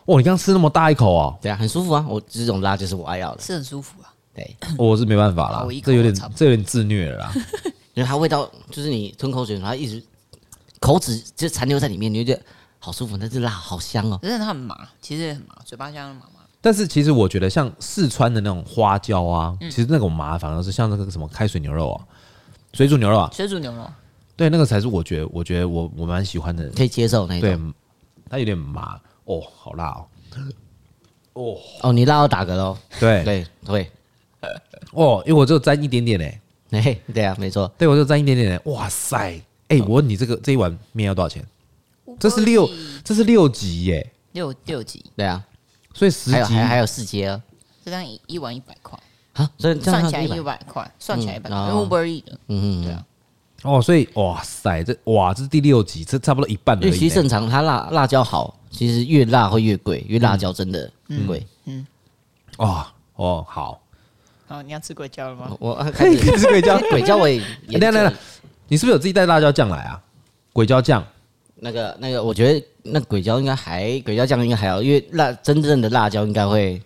[SPEAKER 1] 哇，你刚吃那么大一口 哦，
[SPEAKER 3] 对啊，很舒服啊！我这种辣就是我爱要的，
[SPEAKER 4] 是很舒服啊，
[SPEAKER 3] 对，
[SPEAKER 1] 我是没办法啦
[SPEAKER 4] 我一，口
[SPEAKER 1] 这有点
[SPEAKER 4] 我差不多
[SPEAKER 1] 这有点自虐了啦。
[SPEAKER 3] 因为它味道就是你吞口水，然后一直口齿就残留在里面，你就觉得好舒服，但是辣好香哦。
[SPEAKER 4] 真的它很麻，其实也很麻，嘴巴像麻麻的，
[SPEAKER 1] 但是其实我觉得，像四川的那种花椒啊，
[SPEAKER 4] 嗯
[SPEAKER 1] 其实那种麻烦，而是像那个什么开水牛肉啊、水煮牛肉啊，
[SPEAKER 4] 水煮牛肉
[SPEAKER 1] 对，那个才是我觉得，我觉得我我蛮喜欢的。
[SPEAKER 3] 可以接受那一
[SPEAKER 1] 对
[SPEAKER 3] 种。，
[SPEAKER 1] 它有点麻哦，好辣哦，
[SPEAKER 3] 哦，你辣到打嗝喽？
[SPEAKER 1] 对
[SPEAKER 3] 对对，
[SPEAKER 1] 哦，因为我就沾一点点嘞，
[SPEAKER 3] 嘿，对啊，没错。
[SPEAKER 1] 对我就沾一点点嘞，哇塞，哎、我问你这个这一碗面要多少钱？这是六，这是六级耶，
[SPEAKER 4] 六六级，
[SPEAKER 3] 对啊，
[SPEAKER 1] 所以十
[SPEAKER 3] 还有
[SPEAKER 1] 级
[SPEAKER 3] 还还有四阶哦
[SPEAKER 4] 这样一一碗一百块，
[SPEAKER 3] 啊，所以这样
[SPEAKER 4] 算起来
[SPEAKER 3] 100
[SPEAKER 4] 一百块，算起来一百块，
[SPEAKER 3] 嗯
[SPEAKER 4] 因为 Uber E 的，
[SPEAKER 3] 嗯，
[SPEAKER 4] 对
[SPEAKER 3] 对
[SPEAKER 4] 啊
[SPEAKER 3] 啊。
[SPEAKER 1] 哦，所以哇塞，这哇这是第六级，这差不多一半而
[SPEAKER 3] 因为
[SPEAKER 1] 已
[SPEAKER 3] 其实
[SPEAKER 1] 嘞。
[SPEAKER 3] 正常，它辣辣椒好，其实越辣会越贵，因为辣椒真的
[SPEAKER 1] 嗯
[SPEAKER 3] 贵。
[SPEAKER 1] 哦哦，好，
[SPEAKER 4] 哦，你要吃鬼椒了吗？
[SPEAKER 3] 我我
[SPEAKER 1] 嘿，
[SPEAKER 3] 鬼
[SPEAKER 1] 是可以这样。
[SPEAKER 3] 椒 我也
[SPEAKER 1] 欸 等一下等一下，你是不是有自己带辣椒酱来啊？鬼椒酱
[SPEAKER 3] 那个那个，我觉得那鬼椒应该还鬼椒酱应该还好，因为辣真正的辣椒应该会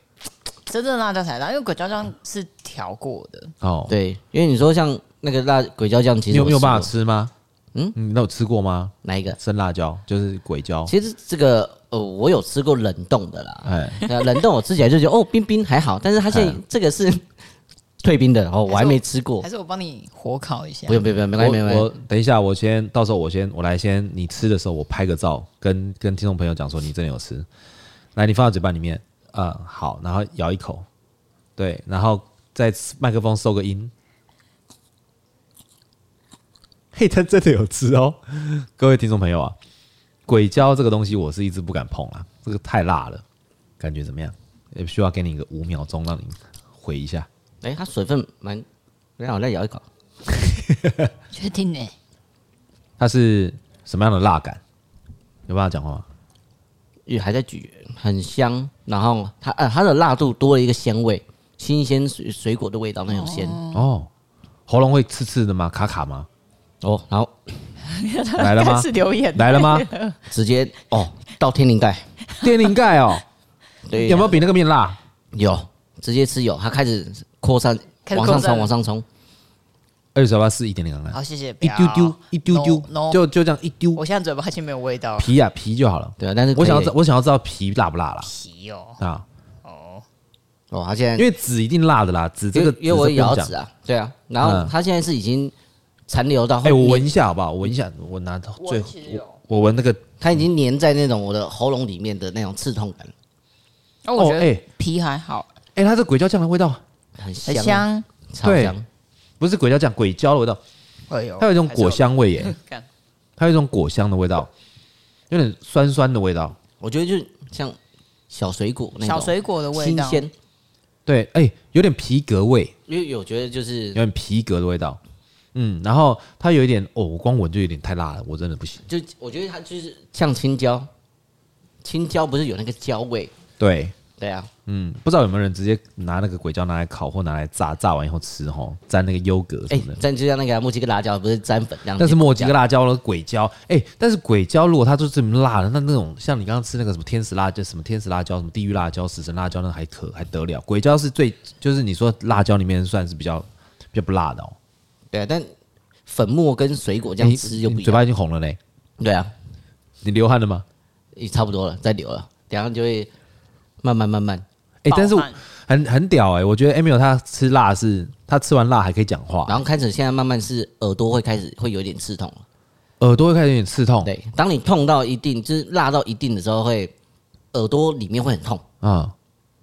[SPEAKER 4] 真正的辣椒才辣，因为鬼椒酱是调过的，
[SPEAKER 1] 哦，，
[SPEAKER 3] 对，因为你说像那个辣鬼椒酱，其
[SPEAKER 1] 你
[SPEAKER 3] 实
[SPEAKER 1] 有没有
[SPEAKER 3] 我吃过
[SPEAKER 1] 办法吃吗？嗯
[SPEAKER 3] 嗯，
[SPEAKER 1] 你那有吃过吗？
[SPEAKER 3] 哪一个？
[SPEAKER 1] 生辣椒就是鬼椒，
[SPEAKER 3] 其实这个呃，我有吃过冷冻的啦，
[SPEAKER 1] 哎，
[SPEAKER 3] 那冷冻我吃起来就觉得哦冰冰还好，但是它现在
[SPEAKER 1] 嗯
[SPEAKER 3] 这个是 退冰的，哦，我还没吃过
[SPEAKER 4] 还，是我帮你火烤一下？
[SPEAKER 3] 不用不用不用，没关系没关
[SPEAKER 1] 我我
[SPEAKER 3] 系，
[SPEAKER 1] 等一下，我先到时候我先我来先，你吃的时候我拍个照，跟跟听众朋友讲说你真的有吃，来你放到嘴巴里面，嗯，好，然后咬一口，对，然后在麦克风收个音。嘿，他真的有吃哦，各位听众朋友啊，鬼椒这个东西我是一直不敢碰啊，这个太辣了，感觉怎么样？也需要给你一个五秒钟让你回一下。
[SPEAKER 3] 哎，它水分蛮，让我再咬一口。
[SPEAKER 4] 确定呢？
[SPEAKER 1] 它是什么样的辣感？有办法讲话吗？
[SPEAKER 3] 也还在咀，很香。然后它呃它的辣度多了一个鲜味，新鲜水水果的味道那种鲜哦
[SPEAKER 1] 哦，喉咙会刺刺的吗？卡卡吗？哦
[SPEAKER 3] 哦然后
[SPEAKER 1] 来 了吗
[SPEAKER 4] 是留言
[SPEAKER 1] 来了吗？
[SPEAKER 3] 直接哦到天灵盖，
[SPEAKER 1] 电灵盖哦，
[SPEAKER 3] 对，
[SPEAKER 1] 有没有比那个面辣？
[SPEAKER 3] 有直接吃有，它开始扩散，
[SPEAKER 4] 开始
[SPEAKER 3] 往
[SPEAKER 4] 扩
[SPEAKER 3] 上
[SPEAKER 4] 散
[SPEAKER 3] 冲
[SPEAKER 4] 了
[SPEAKER 3] 往上冲，
[SPEAKER 1] 二十八四一点点看看，
[SPEAKER 4] 好，谢谢，不
[SPEAKER 1] 一
[SPEAKER 4] 要
[SPEAKER 1] 丢丢，一丢丢
[SPEAKER 4] No，no，
[SPEAKER 1] 就就这样一丢
[SPEAKER 4] 我现在嘴巴已经没有味道了，
[SPEAKER 1] 皮啊皮就好了。
[SPEAKER 3] 对啊，但是
[SPEAKER 1] 我想要
[SPEAKER 3] 可以
[SPEAKER 1] 知我想要知道皮辣不辣啦
[SPEAKER 4] 皮哦，
[SPEAKER 1] 啊？
[SPEAKER 3] 哦，它现在
[SPEAKER 1] 因为籽一定辣的啦，籽这
[SPEAKER 3] 因
[SPEAKER 1] 个
[SPEAKER 3] 为因为我
[SPEAKER 1] 籽这
[SPEAKER 3] 也
[SPEAKER 1] 不
[SPEAKER 3] 咬
[SPEAKER 1] 用
[SPEAKER 3] 纸
[SPEAKER 1] 讲。
[SPEAKER 3] 啊，对啊，然后
[SPEAKER 1] 嗯
[SPEAKER 3] 它现在是已经残留到
[SPEAKER 1] 哎，
[SPEAKER 3] 后
[SPEAKER 1] 我
[SPEAKER 3] 面，
[SPEAKER 1] 闻一下好不好？我闻一下，我拿到最后
[SPEAKER 4] 其实
[SPEAKER 3] 哦
[SPEAKER 4] 有，
[SPEAKER 1] 我闻那个
[SPEAKER 3] 它已经粘在那种我的喉咙里面的那种刺痛感，
[SPEAKER 4] 那我觉
[SPEAKER 1] 哦哎
[SPEAKER 4] 得皮还好，
[SPEAKER 1] 哎，它是鬼椒酱的味道，
[SPEAKER 3] 很
[SPEAKER 4] 很
[SPEAKER 3] 香啊，
[SPEAKER 4] 香，
[SPEAKER 3] 超
[SPEAKER 1] 对
[SPEAKER 3] 香，
[SPEAKER 1] 不是鬼椒酱，鬼椒的味道，
[SPEAKER 4] 哎呦
[SPEAKER 1] 它有一种果，香味耶，
[SPEAKER 4] 看
[SPEAKER 1] 它有一种果香的味道，有点酸酸的味道。
[SPEAKER 3] 我觉得就像小水果那种
[SPEAKER 4] 小水果的味
[SPEAKER 3] 新
[SPEAKER 4] 道，
[SPEAKER 3] 鲜。
[SPEAKER 1] 对，哎、有点皮革味，
[SPEAKER 3] 因为我觉得就
[SPEAKER 1] 有
[SPEAKER 3] 是
[SPEAKER 1] 点皮革的味道。嗯，然后它有一点，哦，我光闻就有点太辣了，我真的不行。
[SPEAKER 3] 就我觉得它就是像青椒，青椒不是有那个椒味？
[SPEAKER 1] 对，
[SPEAKER 3] 对啊，
[SPEAKER 1] 嗯，不知道有没有人直接拿那个鬼椒拿来烤或拿来炸，炸完以后吃吼，沾那个优格什
[SPEAKER 3] 哎、
[SPEAKER 1] 么的。
[SPEAKER 3] 沾就像那个墨西哥辣椒，不是沾粉这样子。
[SPEAKER 1] 但是墨西哥辣椒了，鬼椒，哎、但是鬼椒如果它就是这么辣的，那那种像你刚刚吃那个什么天使辣椒、什么天使辣椒、什么地狱辣椒、死神辣椒，那还可还得了。鬼椒是最，就是你说辣椒里面算是比较比较不辣的哦。
[SPEAKER 3] 对啊，但粉末跟水果这样吃
[SPEAKER 1] 你
[SPEAKER 3] 就不
[SPEAKER 1] 哎你
[SPEAKER 3] 一
[SPEAKER 1] 嘴
[SPEAKER 3] 样。
[SPEAKER 1] 巴已经红了嘞，
[SPEAKER 3] 对啊，
[SPEAKER 1] 你流汗了吗？
[SPEAKER 3] 也差不多了，再流了，等一下就会慢慢慢慢，
[SPEAKER 1] 哎、但是
[SPEAKER 4] 饱汉
[SPEAKER 1] 很很屌哎、我觉得 Emil 他吃辣是，他吃完辣还可以讲话，
[SPEAKER 3] 然后开始现在慢慢是耳朵会开始会有点刺痛了。
[SPEAKER 1] 耳朵会开始有点刺痛，
[SPEAKER 3] 对，当你痛到一定，就是辣到一定的时候会，耳朵里面会很痛。
[SPEAKER 1] 嗯，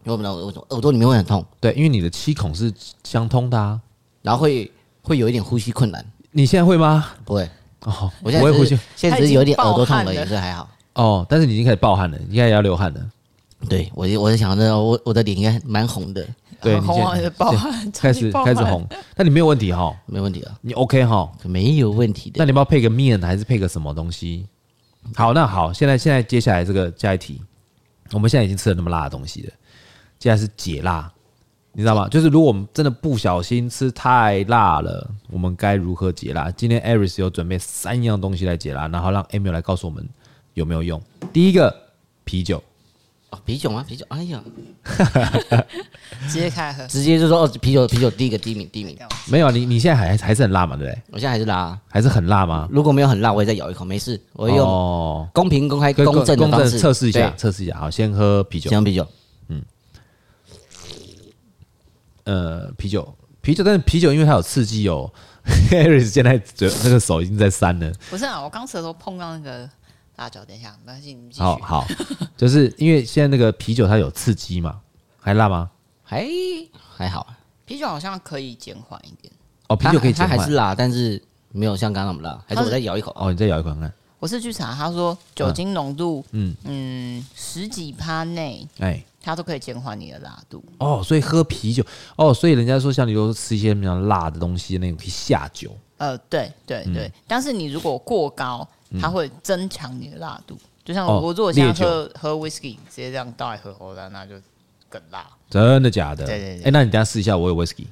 [SPEAKER 3] 我不知道为什么耳朵里面会很痛，
[SPEAKER 1] 对，因为你的七孔是相通的啊。
[SPEAKER 3] 然后会会有一点呼吸困难，
[SPEAKER 1] 你现在会吗？
[SPEAKER 3] 不会。
[SPEAKER 1] 哦，
[SPEAKER 3] 我现在
[SPEAKER 1] 也
[SPEAKER 3] 只
[SPEAKER 1] 回
[SPEAKER 3] 是
[SPEAKER 1] 去，
[SPEAKER 3] 现在只是有点耳朵痛而已，所以还好。
[SPEAKER 1] 哦，但是你已经开始暴汗了，你开始要流汗了，
[SPEAKER 3] 对我，我在想着我我的脸应该蛮红的，
[SPEAKER 1] 对，你
[SPEAKER 2] 红
[SPEAKER 1] 现
[SPEAKER 2] 完
[SPEAKER 1] 在
[SPEAKER 2] 的爆汗，
[SPEAKER 1] 开始
[SPEAKER 2] 爆
[SPEAKER 1] 开
[SPEAKER 2] 汗
[SPEAKER 1] 始。红，但你没有问题哈，
[SPEAKER 3] 没问题啊，
[SPEAKER 1] 你 OK 哈？
[SPEAKER 3] 没有问题
[SPEAKER 1] 那
[SPEAKER 3] 的。
[SPEAKER 1] 你要不要配个面，还是配个什么东西？好，那好，现在现在接下来这个下一题，我们现在已经吃了那么辣的东西了，接下来是解辣，你知道吗？就是如果我们真的不小心吃太辣了，我们该如何解辣？今天 Aris 有准备三样东西来解辣，然后让 Emil 来告诉我们有没有用。第一个啤酒，
[SPEAKER 3] 哦，啤酒吗？啤酒，哎呀，
[SPEAKER 2] 直接开喝。
[SPEAKER 3] 直接就说哦，啤酒，啤酒，第一个，第一名，第一名。
[SPEAKER 1] 没有啊你你现在还还是很辣嘛，对不对？
[SPEAKER 3] 我现在还是辣啊，
[SPEAKER 1] 还是很辣吗？
[SPEAKER 3] 如果没有很辣，我也再咬一口，没事，我用
[SPEAKER 1] 哦，
[SPEAKER 3] 公平、公开、
[SPEAKER 1] 跟
[SPEAKER 3] 公正的方式
[SPEAKER 1] 测试一下，
[SPEAKER 3] 对
[SPEAKER 1] 测试一下，好，先喝啤酒
[SPEAKER 3] 这。样啤酒，
[SPEAKER 1] 呃啤酒，啤酒，但是啤酒因为它有刺激哦。Harris 现在嘴那个手已经在扇了，
[SPEAKER 2] 不是啊，我刚舌头碰到那个辣椒，等一下，没关系，你们继续。
[SPEAKER 1] 好好，就是因为现在那个啤酒它有刺激嘛，还辣吗？
[SPEAKER 3] 还还好啊，
[SPEAKER 2] 啤酒好像可以减缓一点。
[SPEAKER 1] 哦，啤酒可以
[SPEAKER 3] 它
[SPEAKER 1] 减
[SPEAKER 3] 还
[SPEAKER 1] 缓
[SPEAKER 3] 它还是辣，但是没有像刚刚那么辣，还是我再咬一口哦，
[SPEAKER 1] 哦，你再咬一口看看，
[SPEAKER 2] 我是去查，他说酒精浓度，
[SPEAKER 1] 嗯
[SPEAKER 2] 嗯嗯，十几趴内，
[SPEAKER 1] 哎，
[SPEAKER 2] 它都可以减缓你的辣度。
[SPEAKER 1] 哦，所以喝啤酒，哦，所以人家说像你都吃一些比较辣的东西，那种可以下酒，
[SPEAKER 2] 呃，对对
[SPEAKER 4] 嗯
[SPEAKER 2] 对，但是你如果过高，它会增强你的辣度。就像
[SPEAKER 1] 哦
[SPEAKER 2] 我如果现在
[SPEAKER 1] 烈酒
[SPEAKER 2] 喝喝 whisky，直接这样倒来喝喉的，那就更辣。
[SPEAKER 1] 真的假的？
[SPEAKER 2] 对对对
[SPEAKER 1] 哎，那你等一下试一下，我有 whisky，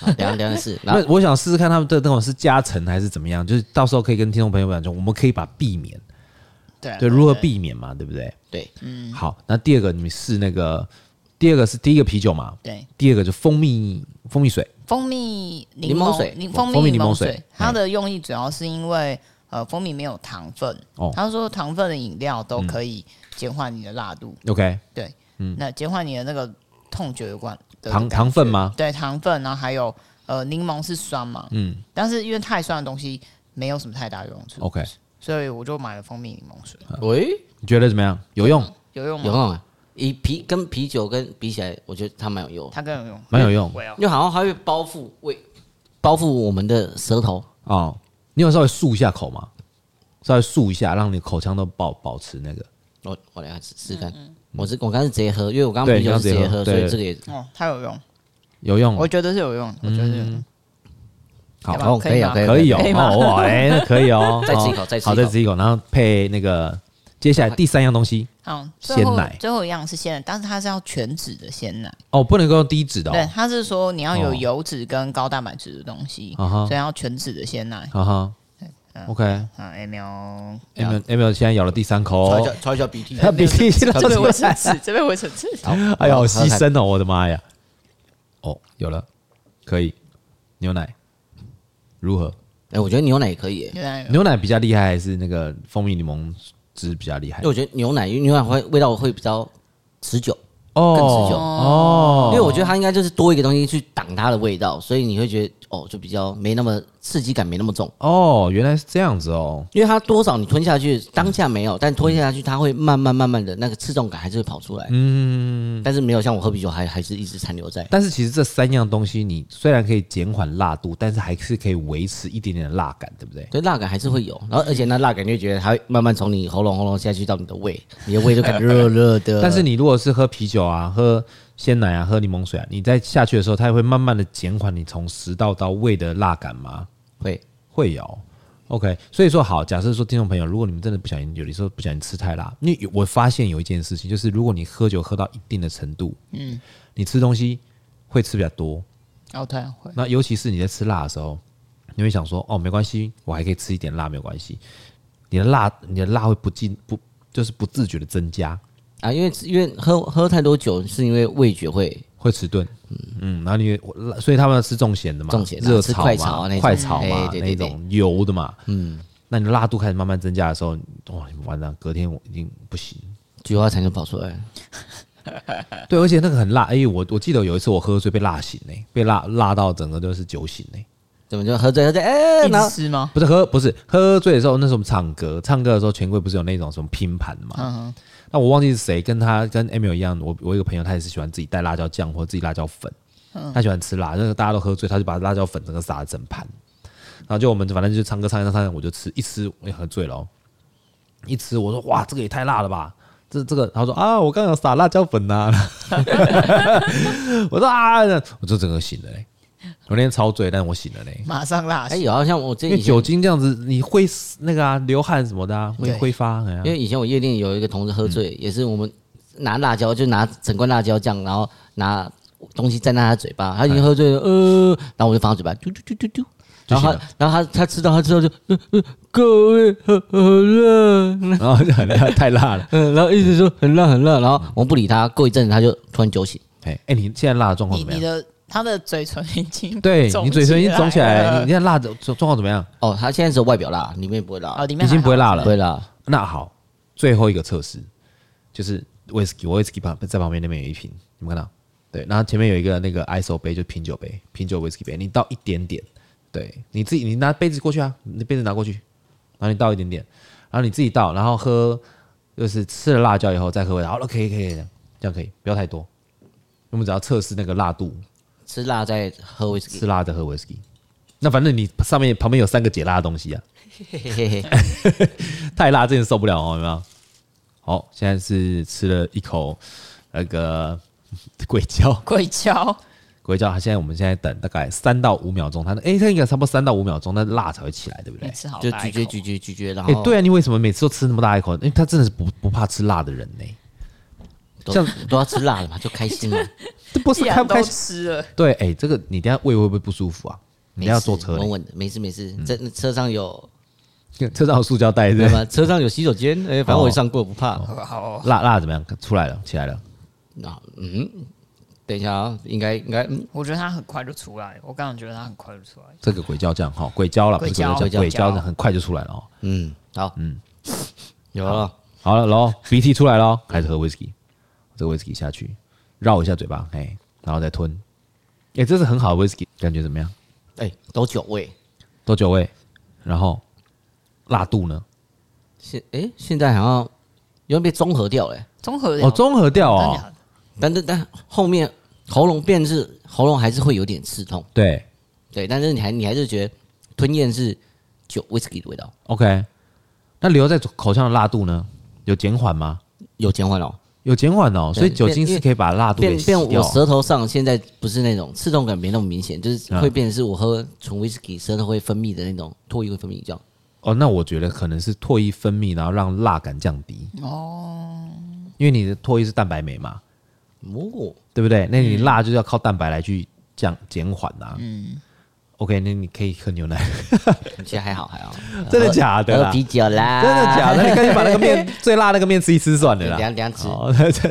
[SPEAKER 3] 好等一下等一下 是，然后
[SPEAKER 1] 那我想试试看他们的那种是加成还是怎么样，就是到时候可以跟听众朋友们讲说，我们可以把避免，
[SPEAKER 2] 对啊
[SPEAKER 1] 对，如何避免嘛，对不对？
[SPEAKER 3] 对，
[SPEAKER 1] 好，那第二个你们试那个，第二个是第一个啤酒嘛，
[SPEAKER 2] 对
[SPEAKER 1] 第二个就蜂蜜蜂蜜水，
[SPEAKER 2] 蜂蜜柠
[SPEAKER 3] 柠檬
[SPEAKER 2] 檬
[SPEAKER 3] 水
[SPEAKER 2] 柠蜂
[SPEAKER 1] 蜂蜜
[SPEAKER 2] 蜜
[SPEAKER 1] 柠
[SPEAKER 2] 柠
[SPEAKER 1] 檬
[SPEAKER 2] 檬
[SPEAKER 1] 水
[SPEAKER 2] 水，它的用意主要是因为呃，蜂蜜没有糖分
[SPEAKER 1] 哦。
[SPEAKER 2] 他说糖分的饮料都可以减缓你的辣度，
[SPEAKER 1] OK，
[SPEAKER 2] 对，
[SPEAKER 1] 嗯
[SPEAKER 2] 那减缓你的那个痛觉有关的
[SPEAKER 1] 糖
[SPEAKER 2] 感觉
[SPEAKER 1] 糖分吗
[SPEAKER 2] 对，糖分，然后还有呃，柠檬是酸嘛，
[SPEAKER 1] 嗯
[SPEAKER 2] 但是因为太酸的东西没有什么太大用处
[SPEAKER 1] ，OK，
[SPEAKER 2] 所以我就买了蜂蜜柠檬水，
[SPEAKER 3] 喂，
[SPEAKER 1] 你觉得怎么样？有用，
[SPEAKER 2] 有用
[SPEAKER 3] 有
[SPEAKER 2] 吗？
[SPEAKER 3] 用啊，以啤跟啤酒跟比起来，我觉得它蛮有用，
[SPEAKER 2] 它更有用，
[SPEAKER 1] 蛮有用
[SPEAKER 2] 我要
[SPEAKER 3] 因为好像它会包覆胃，包覆我们的舌头，
[SPEAKER 1] 哦。你有稍微漱一下口吗？稍微漱一下，让你口腔都保保持那个。
[SPEAKER 3] 我哦我来试试看，我是我刚是直接喝，因为我刚刚
[SPEAKER 1] 对
[SPEAKER 3] 啤酒是直
[SPEAKER 1] 你
[SPEAKER 3] 接
[SPEAKER 1] 刚直接喝
[SPEAKER 3] 喝，所以
[SPEAKER 1] 对
[SPEAKER 3] 这个也
[SPEAKER 2] 哦，它有用，
[SPEAKER 1] 有用哦，
[SPEAKER 2] 我觉得是有用，我觉得是有用
[SPEAKER 1] 好
[SPEAKER 2] 要吧
[SPEAKER 3] 哦，可以啊，
[SPEAKER 2] 可
[SPEAKER 1] 可
[SPEAKER 3] 以啊，
[SPEAKER 1] 以哦，
[SPEAKER 3] 可以吗，
[SPEAKER 1] 哦，哇哎，那可以哦
[SPEAKER 3] 再吃一
[SPEAKER 1] 哦
[SPEAKER 3] 口再吃一口
[SPEAKER 1] 好，再吃一口，然后配那个接下来第三样东西
[SPEAKER 2] 好，最后
[SPEAKER 1] 鲜奶
[SPEAKER 2] 最后一样是鲜奶，但是它是要全脂的鲜奶。
[SPEAKER 1] 哦，不能够用低脂的
[SPEAKER 2] 对，
[SPEAKER 1] 哦，
[SPEAKER 2] 他是说你要有
[SPEAKER 1] 哦
[SPEAKER 2] 油脂跟高蛋白质的东西，
[SPEAKER 1] 啊哈
[SPEAKER 2] 所以要全脂的鲜奶。
[SPEAKER 1] 哈哈，OK。
[SPEAKER 3] 嗯
[SPEAKER 2] 啊，M L，
[SPEAKER 1] M L M L 现在咬了第三口哦，
[SPEAKER 3] 戳一下鼻涕
[SPEAKER 1] 他鼻涕现在
[SPEAKER 2] 这边
[SPEAKER 1] 出
[SPEAKER 2] 卫
[SPEAKER 1] 来
[SPEAKER 2] 生纸，这边卫生纸。
[SPEAKER 1] 哎呦，
[SPEAKER 3] 好
[SPEAKER 1] 好牺牲哦，我的妈呀！哦，有了，可以，牛奶如何？
[SPEAKER 3] 哎，我觉得牛奶也可以耶，
[SPEAKER 2] 牛奶有
[SPEAKER 1] 牛奶比较厉害，还是那个蜂蜜柠檬汁比较厉害
[SPEAKER 3] 因为？我觉得牛奶，因为牛奶会味道会比较持久，更持久
[SPEAKER 1] 哦
[SPEAKER 3] 因为我觉得它应该就是多一个东西去挡它的味道，所以你会觉得哦，就比较没那么刺激感，没那么重。
[SPEAKER 1] 哦，原来是这样子哦。
[SPEAKER 3] 因为它多少你吞下去，当下没有，但吞下去它会慢慢慢慢的那个刺痛感还是会跑出来。嗯，但是没有像我喝啤酒还还是一直残留在。
[SPEAKER 1] 但是其实这三样东西，你虽然可以减缓辣度，但是还是可以维持一点点的辣感，对不对？
[SPEAKER 3] 对，辣感还是会有，然后而且那辣感你会觉得它会慢慢从你喉咙喉咙下去到你的胃，你的胃就感觉热热的。
[SPEAKER 1] 但是你如果是喝啤酒啊、喝鲜奶啊、喝柠檬水啊，你在下去的时候，它会慢慢的减缓你从食道到胃的辣感吗？
[SPEAKER 3] 会
[SPEAKER 1] 会有。OK，所以说好，假设说听众朋友，如果你们真的不小心，有的时候不小心吃太辣，因为有我发现有一件事情，就是如果你喝酒喝到一定的程度，嗯，你吃东西会吃比较多，
[SPEAKER 2] 哦，对，会
[SPEAKER 1] 那尤其是你在吃辣的时候，你会想说，哦，没关系，我还可以吃一点辣，没有关系。你的辣，你的辣会不进不就是不自觉的增加，
[SPEAKER 3] 啊，因为因为喝喝太多酒是因为味觉会
[SPEAKER 1] 会迟钝，嗯，然后你我所以他们要吃重咸的嘛，
[SPEAKER 3] 重咸的
[SPEAKER 1] 热
[SPEAKER 3] 吃
[SPEAKER 1] 炒
[SPEAKER 3] 快炒
[SPEAKER 1] 嘛
[SPEAKER 3] 那，种
[SPEAKER 1] 快炒
[SPEAKER 3] 哎
[SPEAKER 1] 嘛，
[SPEAKER 3] 对
[SPEAKER 1] 那
[SPEAKER 3] 对对
[SPEAKER 1] 种油的嘛，嗯，那你辣度开始慢慢增加的时候，哇，你完了，隔天我已经不行。
[SPEAKER 3] 菊花才能跑出来。
[SPEAKER 1] 对，而且那个很辣，哎、我我记得有一次我喝醉被辣醒呢、被辣辣到整个都是酒醒呢、
[SPEAKER 3] 怎么就喝醉喝醉？哎、
[SPEAKER 2] 一
[SPEAKER 3] 然
[SPEAKER 2] 直
[SPEAKER 3] 后
[SPEAKER 2] 吃吗？
[SPEAKER 1] 不是喝，不是喝醉的时候，那时候我们唱歌，唱歌的时候，钱柜不是有那种什么拼盘嘛？那我忘记是谁跟他跟 Emil 一样，我我有一个朋友，他也是喜欢自己带辣椒酱或自己辣椒粉，他喜欢吃辣，那个大家都喝醉，他就把辣椒粉整个撒了哎整盘，然后就我们反正就唱歌唱一唱唱一唱，我就吃一吃，我也喝醉了哦、一吃我说哇，这个也太辣了吧。这这个，他说啊，我刚刚有撒辣椒粉呐、 我说啊，我就整个醒了嘞、我那天超醉，但我醒了嘞、
[SPEAKER 2] 马上辣
[SPEAKER 3] 哎、
[SPEAKER 2] 死。
[SPEAKER 3] 有啊，像我之
[SPEAKER 1] 因
[SPEAKER 3] 前
[SPEAKER 1] 为
[SPEAKER 3] 以前
[SPEAKER 1] 酒，精这样子，你会那个啊，流汗什么的、啊，会
[SPEAKER 2] 对
[SPEAKER 1] 挥发。哎呀
[SPEAKER 3] 因为以前我夜店有一个同事喝醉，
[SPEAKER 1] 嗯
[SPEAKER 3] 也是我们拿辣椒，就拿整罐辣椒酱，然后拿东西蘸在他嘴巴，他已经喝醉了，呃，然后我就放他嘴巴，嘟嘟嘟嘟嘟。
[SPEAKER 1] 嗯就
[SPEAKER 3] 然
[SPEAKER 1] 醒
[SPEAKER 3] 后
[SPEAKER 1] 了
[SPEAKER 3] 他，然后他，他吃到，他吃到就，呃呃，各位很很辣，
[SPEAKER 1] 然后就很 辣，太辣 了。
[SPEAKER 3] 嗯，然后一直说很辣很辣，然后我们不理他，过一阵子他就突然酒醒，
[SPEAKER 1] 哎、哎，你现在辣的状况
[SPEAKER 2] 你
[SPEAKER 1] 怎么
[SPEAKER 2] 你
[SPEAKER 1] 样？
[SPEAKER 2] 的他的嘴唇已经
[SPEAKER 1] 对
[SPEAKER 2] 肿
[SPEAKER 1] 你嘴唇已经肿起来了，
[SPEAKER 2] 了
[SPEAKER 1] 你现在辣的状状况怎么样？
[SPEAKER 3] 哦，他现在只有外表辣，里面不会辣
[SPEAKER 2] 哦，，里面
[SPEAKER 1] 已经不会
[SPEAKER 2] 还好
[SPEAKER 1] 辣
[SPEAKER 3] 不
[SPEAKER 1] 啊了。
[SPEAKER 3] 会辣，
[SPEAKER 1] 那好，最后一个测试就是 whisky，我 whisky 旁在旁边那边有一瓶，你们看到？对，然后前面有一个那个 ISO 杯，就品酒杯，品酒 whisky 杯，你倒一点点，对你自己，你拿杯子过去啊，你杯子拿过去，然后你倒一点点，然后你自己倒，然后喝，就是吃了辣椒以后再喝味道，好了，可以可以，可以这样可以，不要太多，我们只要测试那个辣度，
[SPEAKER 3] 吃辣再喝威士
[SPEAKER 1] 吃
[SPEAKER 3] 忌，
[SPEAKER 1] 辣的喝 whisky。那反正你上面旁边有三个解辣的东西啊，
[SPEAKER 3] 嘿 嘿嘿。
[SPEAKER 1] 太辣真的受不了哦，有没有？好，现在是吃了一口那个鬼椒，
[SPEAKER 2] 鬼敲，
[SPEAKER 1] 鬼椒。现在我们现在等大概三到五秒钟，它诶，它应该差不多三到五秒钟，那辣才会起来，对不对
[SPEAKER 2] 你？吃好
[SPEAKER 3] 就
[SPEAKER 2] 大
[SPEAKER 3] 咀
[SPEAKER 2] 一
[SPEAKER 3] 嚼
[SPEAKER 2] 口
[SPEAKER 3] 咀嚼咀嚼，然
[SPEAKER 1] 诶，
[SPEAKER 3] 后
[SPEAKER 1] 哎对啊，你为什么每次都吃那么大一口？因为他真的是不不怕吃辣的人呢、
[SPEAKER 3] 都
[SPEAKER 1] 像
[SPEAKER 3] 都要吃辣的嘛，就开心嘛。
[SPEAKER 1] 这不是
[SPEAKER 2] 既
[SPEAKER 1] 开
[SPEAKER 2] 然
[SPEAKER 1] 不开
[SPEAKER 2] 都
[SPEAKER 1] 心？
[SPEAKER 2] 吃了，
[SPEAKER 1] 对，诶，这个你等下胃会不会不舒服啊？你等下坐车
[SPEAKER 3] 稳
[SPEAKER 1] 嘞，
[SPEAKER 3] 稳的，没事没事。这车上有
[SPEAKER 1] 车上有塑胶 袋，对哦
[SPEAKER 3] 对
[SPEAKER 1] 吧？
[SPEAKER 3] 吧？车上有洗手间，哎，反正我也上过，不怕。
[SPEAKER 2] 好哦
[SPEAKER 1] 辣辣怎么样？出来了，起来了。
[SPEAKER 3] 那嗯，等一下啊，应该应该嗯，
[SPEAKER 2] 我觉得他很快就出来，我刚刚觉得他很快就出来。
[SPEAKER 1] 这个鬼椒酱哈，鬼椒了，不是
[SPEAKER 2] 鬼椒
[SPEAKER 1] 鬼椒，鬼
[SPEAKER 2] 鬼椒
[SPEAKER 1] 椒很快就出来了哦。
[SPEAKER 3] 嗯，好，嗯，有了，
[SPEAKER 1] 好了，然后鼻涕出来了，哦开始喝 whisky，这个 whisky 下去，绕一下嘴巴，哎，然后再吞。哎、这是很好的 whisky，感觉怎么样？
[SPEAKER 3] 哎，都酒味。
[SPEAKER 1] 多久味？然后辣度呢？
[SPEAKER 3] 现哎，现在好像有点被综合掉了，哎
[SPEAKER 2] 综合
[SPEAKER 1] 哦，综合掉
[SPEAKER 2] 真的
[SPEAKER 1] 哦
[SPEAKER 2] 假，的
[SPEAKER 3] 但但但后面喉咙变是喉咙还是会有点刺痛，
[SPEAKER 1] 对
[SPEAKER 3] 对，但是你还你还是觉得吞咽是酒 whisky 的味道，
[SPEAKER 1] ，OK。那留在口腔的辣度呢？有减缓吗？
[SPEAKER 3] 有减缓哦。
[SPEAKER 1] 有减缓哦，所以
[SPEAKER 3] 对
[SPEAKER 1] 酒精
[SPEAKER 3] 因为
[SPEAKER 1] 是可以把辣度给
[SPEAKER 3] 变
[SPEAKER 1] 洗
[SPEAKER 3] 变
[SPEAKER 1] 掉
[SPEAKER 3] 我。舌头上现在不是那种刺痛感没那么明显，就是
[SPEAKER 1] 啊
[SPEAKER 3] 会变成是我喝纯威士忌舌头会分泌的那种唾液会分泌这样。
[SPEAKER 1] 哦，那我觉得可能是唾液分泌，然后让辣感降低。哦，因为你的唾液是蛋白酶嘛，
[SPEAKER 3] 哦，
[SPEAKER 1] 对不对？那你辣就是要靠蛋白来去降减缓呐。嗯，OK，那你可以喝牛奶，
[SPEAKER 3] 其实还好还好，
[SPEAKER 1] 真的假的啦
[SPEAKER 3] 喝啤酒啦，
[SPEAKER 1] 真的假的？你赶紧把那个 面最辣那个面吃一吃 算了
[SPEAKER 3] 对？
[SPEAKER 1] 啦。
[SPEAKER 3] 两两指，
[SPEAKER 1] 好，这这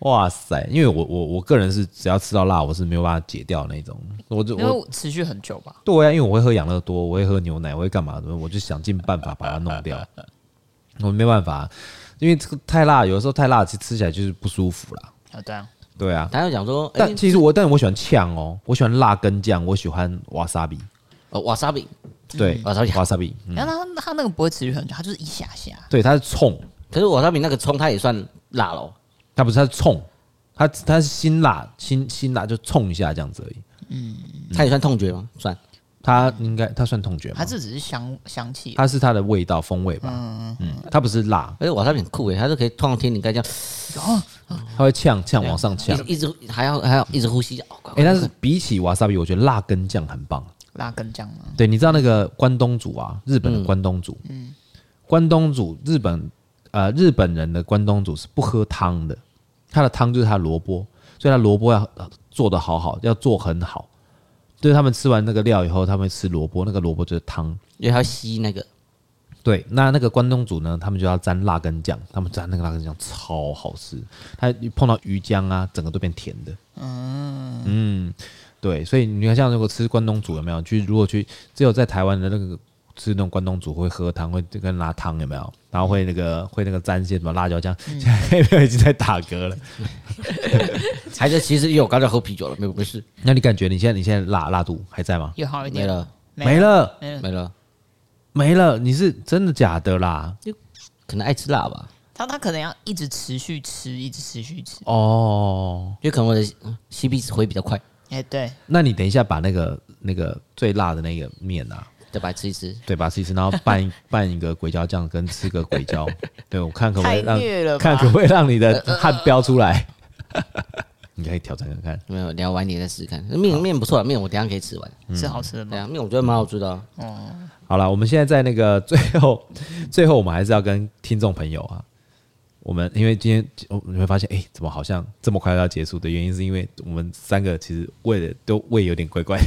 [SPEAKER 1] 哇塞！因为我我我个人是只要吃到辣，我是没有办法解掉那种。我就
[SPEAKER 2] 因为
[SPEAKER 1] 我
[SPEAKER 2] 我持续很久吧，
[SPEAKER 1] 对啊，因为我会喝养乐多，我会喝牛奶，我会干嘛的？我就想尽办法把它弄掉。我没办法，啊因为这个太辣，有的时候太辣，其实吃起来就是不舒服啦。
[SPEAKER 2] 啊对啊，
[SPEAKER 1] 对啊，
[SPEAKER 3] 他又讲说，哎
[SPEAKER 1] 但，其实我，但我喜欢呛哦，我喜欢辣根酱，我喜欢瓦萨比，
[SPEAKER 3] 哦瓦萨比，
[SPEAKER 1] 对，
[SPEAKER 3] 瓦萨比
[SPEAKER 1] 瓦萨比，嗯，
[SPEAKER 2] 然后他他那个不会持续很久，他就是一下下，
[SPEAKER 1] 对，它是冲，
[SPEAKER 3] 可是瓦萨比那个葱它也算辣咯，
[SPEAKER 1] 它不是它是冲，它它是辛辣，辛辛辣就冲一下这样子而已。嗯
[SPEAKER 3] 它也算痛觉吗？算，
[SPEAKER 1] 它应该它算痛觉吗
[SPEAKER 2] 他？这只是香香气，
[SPEAKER 1] 它是它的味道风味吧，嗯，它不是辣，
[SPEAKER 3] 而且哎瓦萨比很酷诶，它是可以痛到天灵盖这样，
[SPEAKER 1] 它会呛呛往上呛。
[SPEAKER 3] 一直一直还要还要一直呼吸，哦快
[SPEAKER 1] 啊哎，
[SPEAKER 3] 快
[SPEAKER 1] 但是比起瓦萨比，我觉得辣根酱很棒。
[SPEAKER 2] 辣根酱吗？
[SPEAKER 1] 对，你知道那个关东煮啊，日本的关东煮，嗯，关东煮日本呃日本人的关东煮是不喝汤的，他的汤就是他的萝卜，所以他萝卜要呃做的好好，要做很好。就是他们吃完那个料以后，他们会吃萝卜，那个萝卜就是汤。
[SPEAKER 3] 因为它要吸那个，
[SPEAKER 1] 对，那那个关东煮呢，他们就要沾辣根酱，他们沾那个辣根酱超好吃，它一碰到鱼浆啊，整个都变甜的。嗯对，所以你看，像如果吃关东煮有没有？去如果去只有在台湾的那个吃那种关东煮会喝汤，会这个拿汤有没有？然后会那个会那个沾一些什么辣椒酱，现在没有已经在打嗝了。
[SPEAKER 3] 还是其实因为我刚才喝啤酒了，没有没事，
[SPEAKER 1] 那你感觉你现在你现在辣辣度还在吗？
[SPEAKER 2] 有好一
[SPEAKER 3] 没
[SPEAKER 2] 点，
[SPEAKER 3] 了
[SPEAKER 1] 没了，
[SPEAKER 2] 没了，
[SPEAKER 3] 没了，
[SPEAKER 1] 没了，你是真的假的啦？
[SPEAKER 3] 可能爱吃辣吧。
[SPEAKER 2] 他他可能要一直持续吃，一直持续吃，
[SPEAKER 1] 哦，
[SPEAKER 3] 因为可能我的嗯 CP 值会比较快。
[SPEAKER 2] 哎对，
[SPEAKER 1] 那你等一下把那个那个最辣的那个面啊，
[SPEAKER 3] 对吧？吃一吃，
[SPEAKER 1] 对，把它吃一吃，然后拌 一拌一个鬼椒酱跟吃个鬼椒，对我看可不可以
[SPEAKER 2] 太虐了
[SPEAKER 1] 让
[SPEAKER 2] 吧
[SPEAKER 1] 看
[SPEAKER 2] 呃
[SPEAKER 1] 可不可以让你的汗飙出来， 你可以挑战看看。
[SPEAKER 3] 没有聊完你再试试看。面面不错啊，面我等一下可以吃完。
[SPEAKER 1] 嗯
[SPEAKER 2] 是好吃的
[SPEAKER 3] 对
[SPEAKER 2] 吗？
[SPEAKER 3] 啊，面我觉得蛮好吃的啊。
[SPEAKER 1] 好了，我们现在在那个最后， 最后我们还是要跟听众朋友啊，我们因为今天哦你会发现，哎、怎么好像这么快要结束的原因，是因为我们三个其实胃的都胃有点怪怪，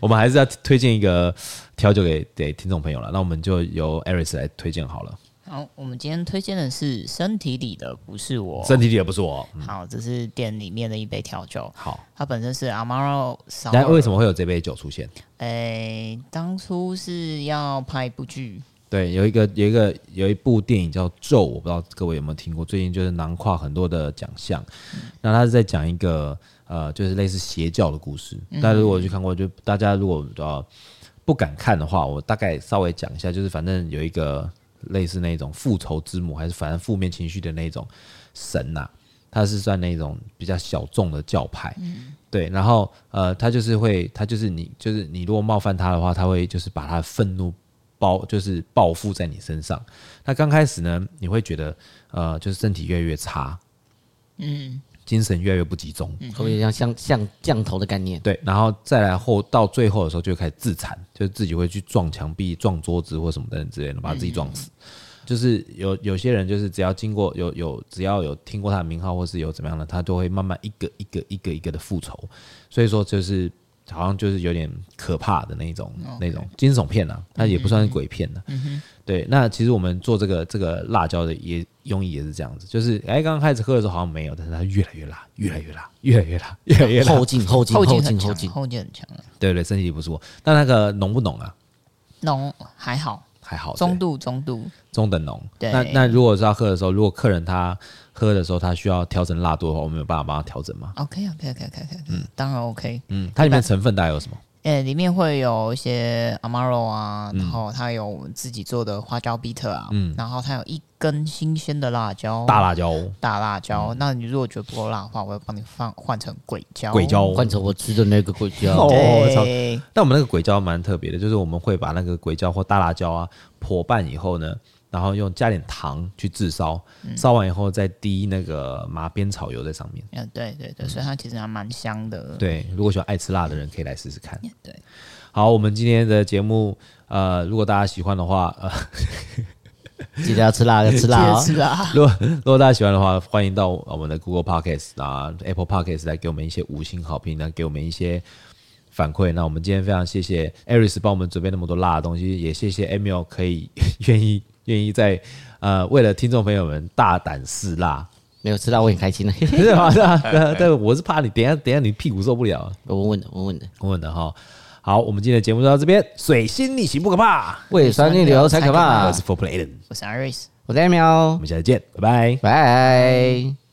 [SPEAKER 1] 我们还是要推荐一个调酒给给听众朋友了。那我们就由 Aris 来推荐好了，
[SPEAKER 2] 好，我们今天推荐的是身体里的不是我。
[SPEAKER 1] 哦身体里也不是我。
[SPEAKER 2] 好，这是店里面的一杯调酒，
[SPEAKER 1] 嗯好，
[SPEAKER 2] 它本身是 Amaro s o
[SPEAKER 1] 那为什
[SPEAKER 2] 么？
[SPEAKER 1] 么会有这杯酒出现？
[SPEAKER 2] 诶、当初是要拍一部剧，
[SPEAKER 1] 对，有一个有一个有一部电影叫《咒》，我不知道各位有没有听过，最近就是囊括很多的奖项。那他是在讲一个呃，就是类似邪教的故事。大家如果有去看过，就大家如果呃不敢看的话，我大概稍微讲一下，就是反正有一个类似那种复仇之母，还是反正负面情绪的那种神呐、他是算那种比较小众的教派。对，然后呃，他就是会，他就是你，就是你如果冒犯他的话，他会就是把他的愤怒包，就是报复在你身上。那刚开始呢，你会觉得呃，就是身体越来越差，嗯，精神越来越不集中，
[SPEAKER 3] 会不会像像像降头的概念？
[SPEAKER 1] 对，然后再来后到最后的时候就开始自残，就是自己会去撞墙壁、撞桌子或什么等等之类的，把自己撞死。就是有有些人就是只要经过有有只要有听过他的名号或是有怎么样的，他都会慢慢一个一个一个一个的复仇。所以说就是好像就是有点可怕的那种、那种惊悚片啊，那也不算是鬼片呢、对，那其实我们做这个这个辣椒的也用意也是这样子，就是哎刚开始喝的时候好像没有，但是它越来越辣，越来越辣，越来越辣，越来越辣。
[SPEAKER 3] 后劲后劲后
[SPEAKER 2] 劲
[SPEAKER 3] 劲
[SPEAKER 2] 很
[SPEAKER 3] 后
[SPEAKER 2] 强
[SPEAKER 3] 劲，，
[SPEAKER 2] 后劲很强啊。
[SPEAKER 1] 对对，身体不舒服。但那个浓不浓啊？
[SPEAKER 2] 浓还好，
[SPEAKER 1] 还好，
[SPEAKER 2] 中
[SPEAKER 1] 度
[SPEAKER 2] 度中度，
[SPEAKER 1] 中等浓。
[SPEAKER 2] 对
[SPEAKER 1] 那那如果是要喝的时候，如果客人他喝的时候他需要调整辣度的话，我们有办法帮他调整吗？
[SPEAKER 2] OK OK OK OK OK，嗯，当然 OK。
[SPEAKER 1] 嗯，它里面成分大概有什么？
[SPEAKER 2] 诶、里面会有一些 Amaro 啊，然后它有我们自己做的花椒 bitter 啊，
[SPEAKER 1] 嗯
[SPEAKER 2] 然后它有一根新鲜的辣椒，
[SPEAKER 1] 大嗯辣椒、
[SPEAKER 2] 大辣椒。那你如果觉得不够辣的话，我会帮你放换成鬼椒。
[SPEAKER 1] 鬼椒。
[SPEAKER 3] 换成我吃的那个啊鬼椒
[SPEAKER 1] 哦，
[SPEAKER 2] 对，
[SPEAKER 1] 但我们那个鬼椒蛮特别的，就是我们会把那个鬼椒或大辣椒啊破拌以后呢，然后用加点糖去炙烧，烧完以后再滴那个麻边草油在上面。
[SPEAKER 2] 嗯，对对对，所以它其实还蛮香的。
[SPEAKER 1] 对，如果喜欢爱吃辣的人可以来试试看。
[SPEAKER 2] 对，
[SPEAKER 1] 好，我们今天的节目，呃，如果大家喜欢的话， 呃，
[SPEAKER 3] 记得要吃辣，要 吃辣
[SPEAKER 2] 也
[SPEAKER 3] 啊！
[SPEAKER 2] 是啊，
[SPEAKER 1] 如果如果大家喜欢的话，欢迎到我们的 Google Podcast 啊、Apple Podcast 来给我们一些五星好评，来给我们一些反馈。那我们今天非常谢谢 Aris 帮我们准备那么多辣的东西，也谢谢 Emil 可以愿意 愿意在呃为了听众朋友们大胆试辣，
[SPEAKER 3] 没有吃辣，我很开心的。
[SPEAKER 1] 不是吗？是啊， 对啊对啊，我是怕你等一下等一下你屁股受不了，
[SPEAKER 3] 我问的，我问的，
[SPEAKER 1] 我问的哈。好，我们今天的节目就到这边，水星逆行不可怕，
[SPEAKER 3] 胃酸逆流才可怕
[SPEAKER 1] 我是。For Play，
[SPEAKER 2] 我是 Iris。
[SPEAKER 3] 我是 a m
[SPEAKER 1] 我们下次见，拜拜。
[SPEAKER 3] 哦拜。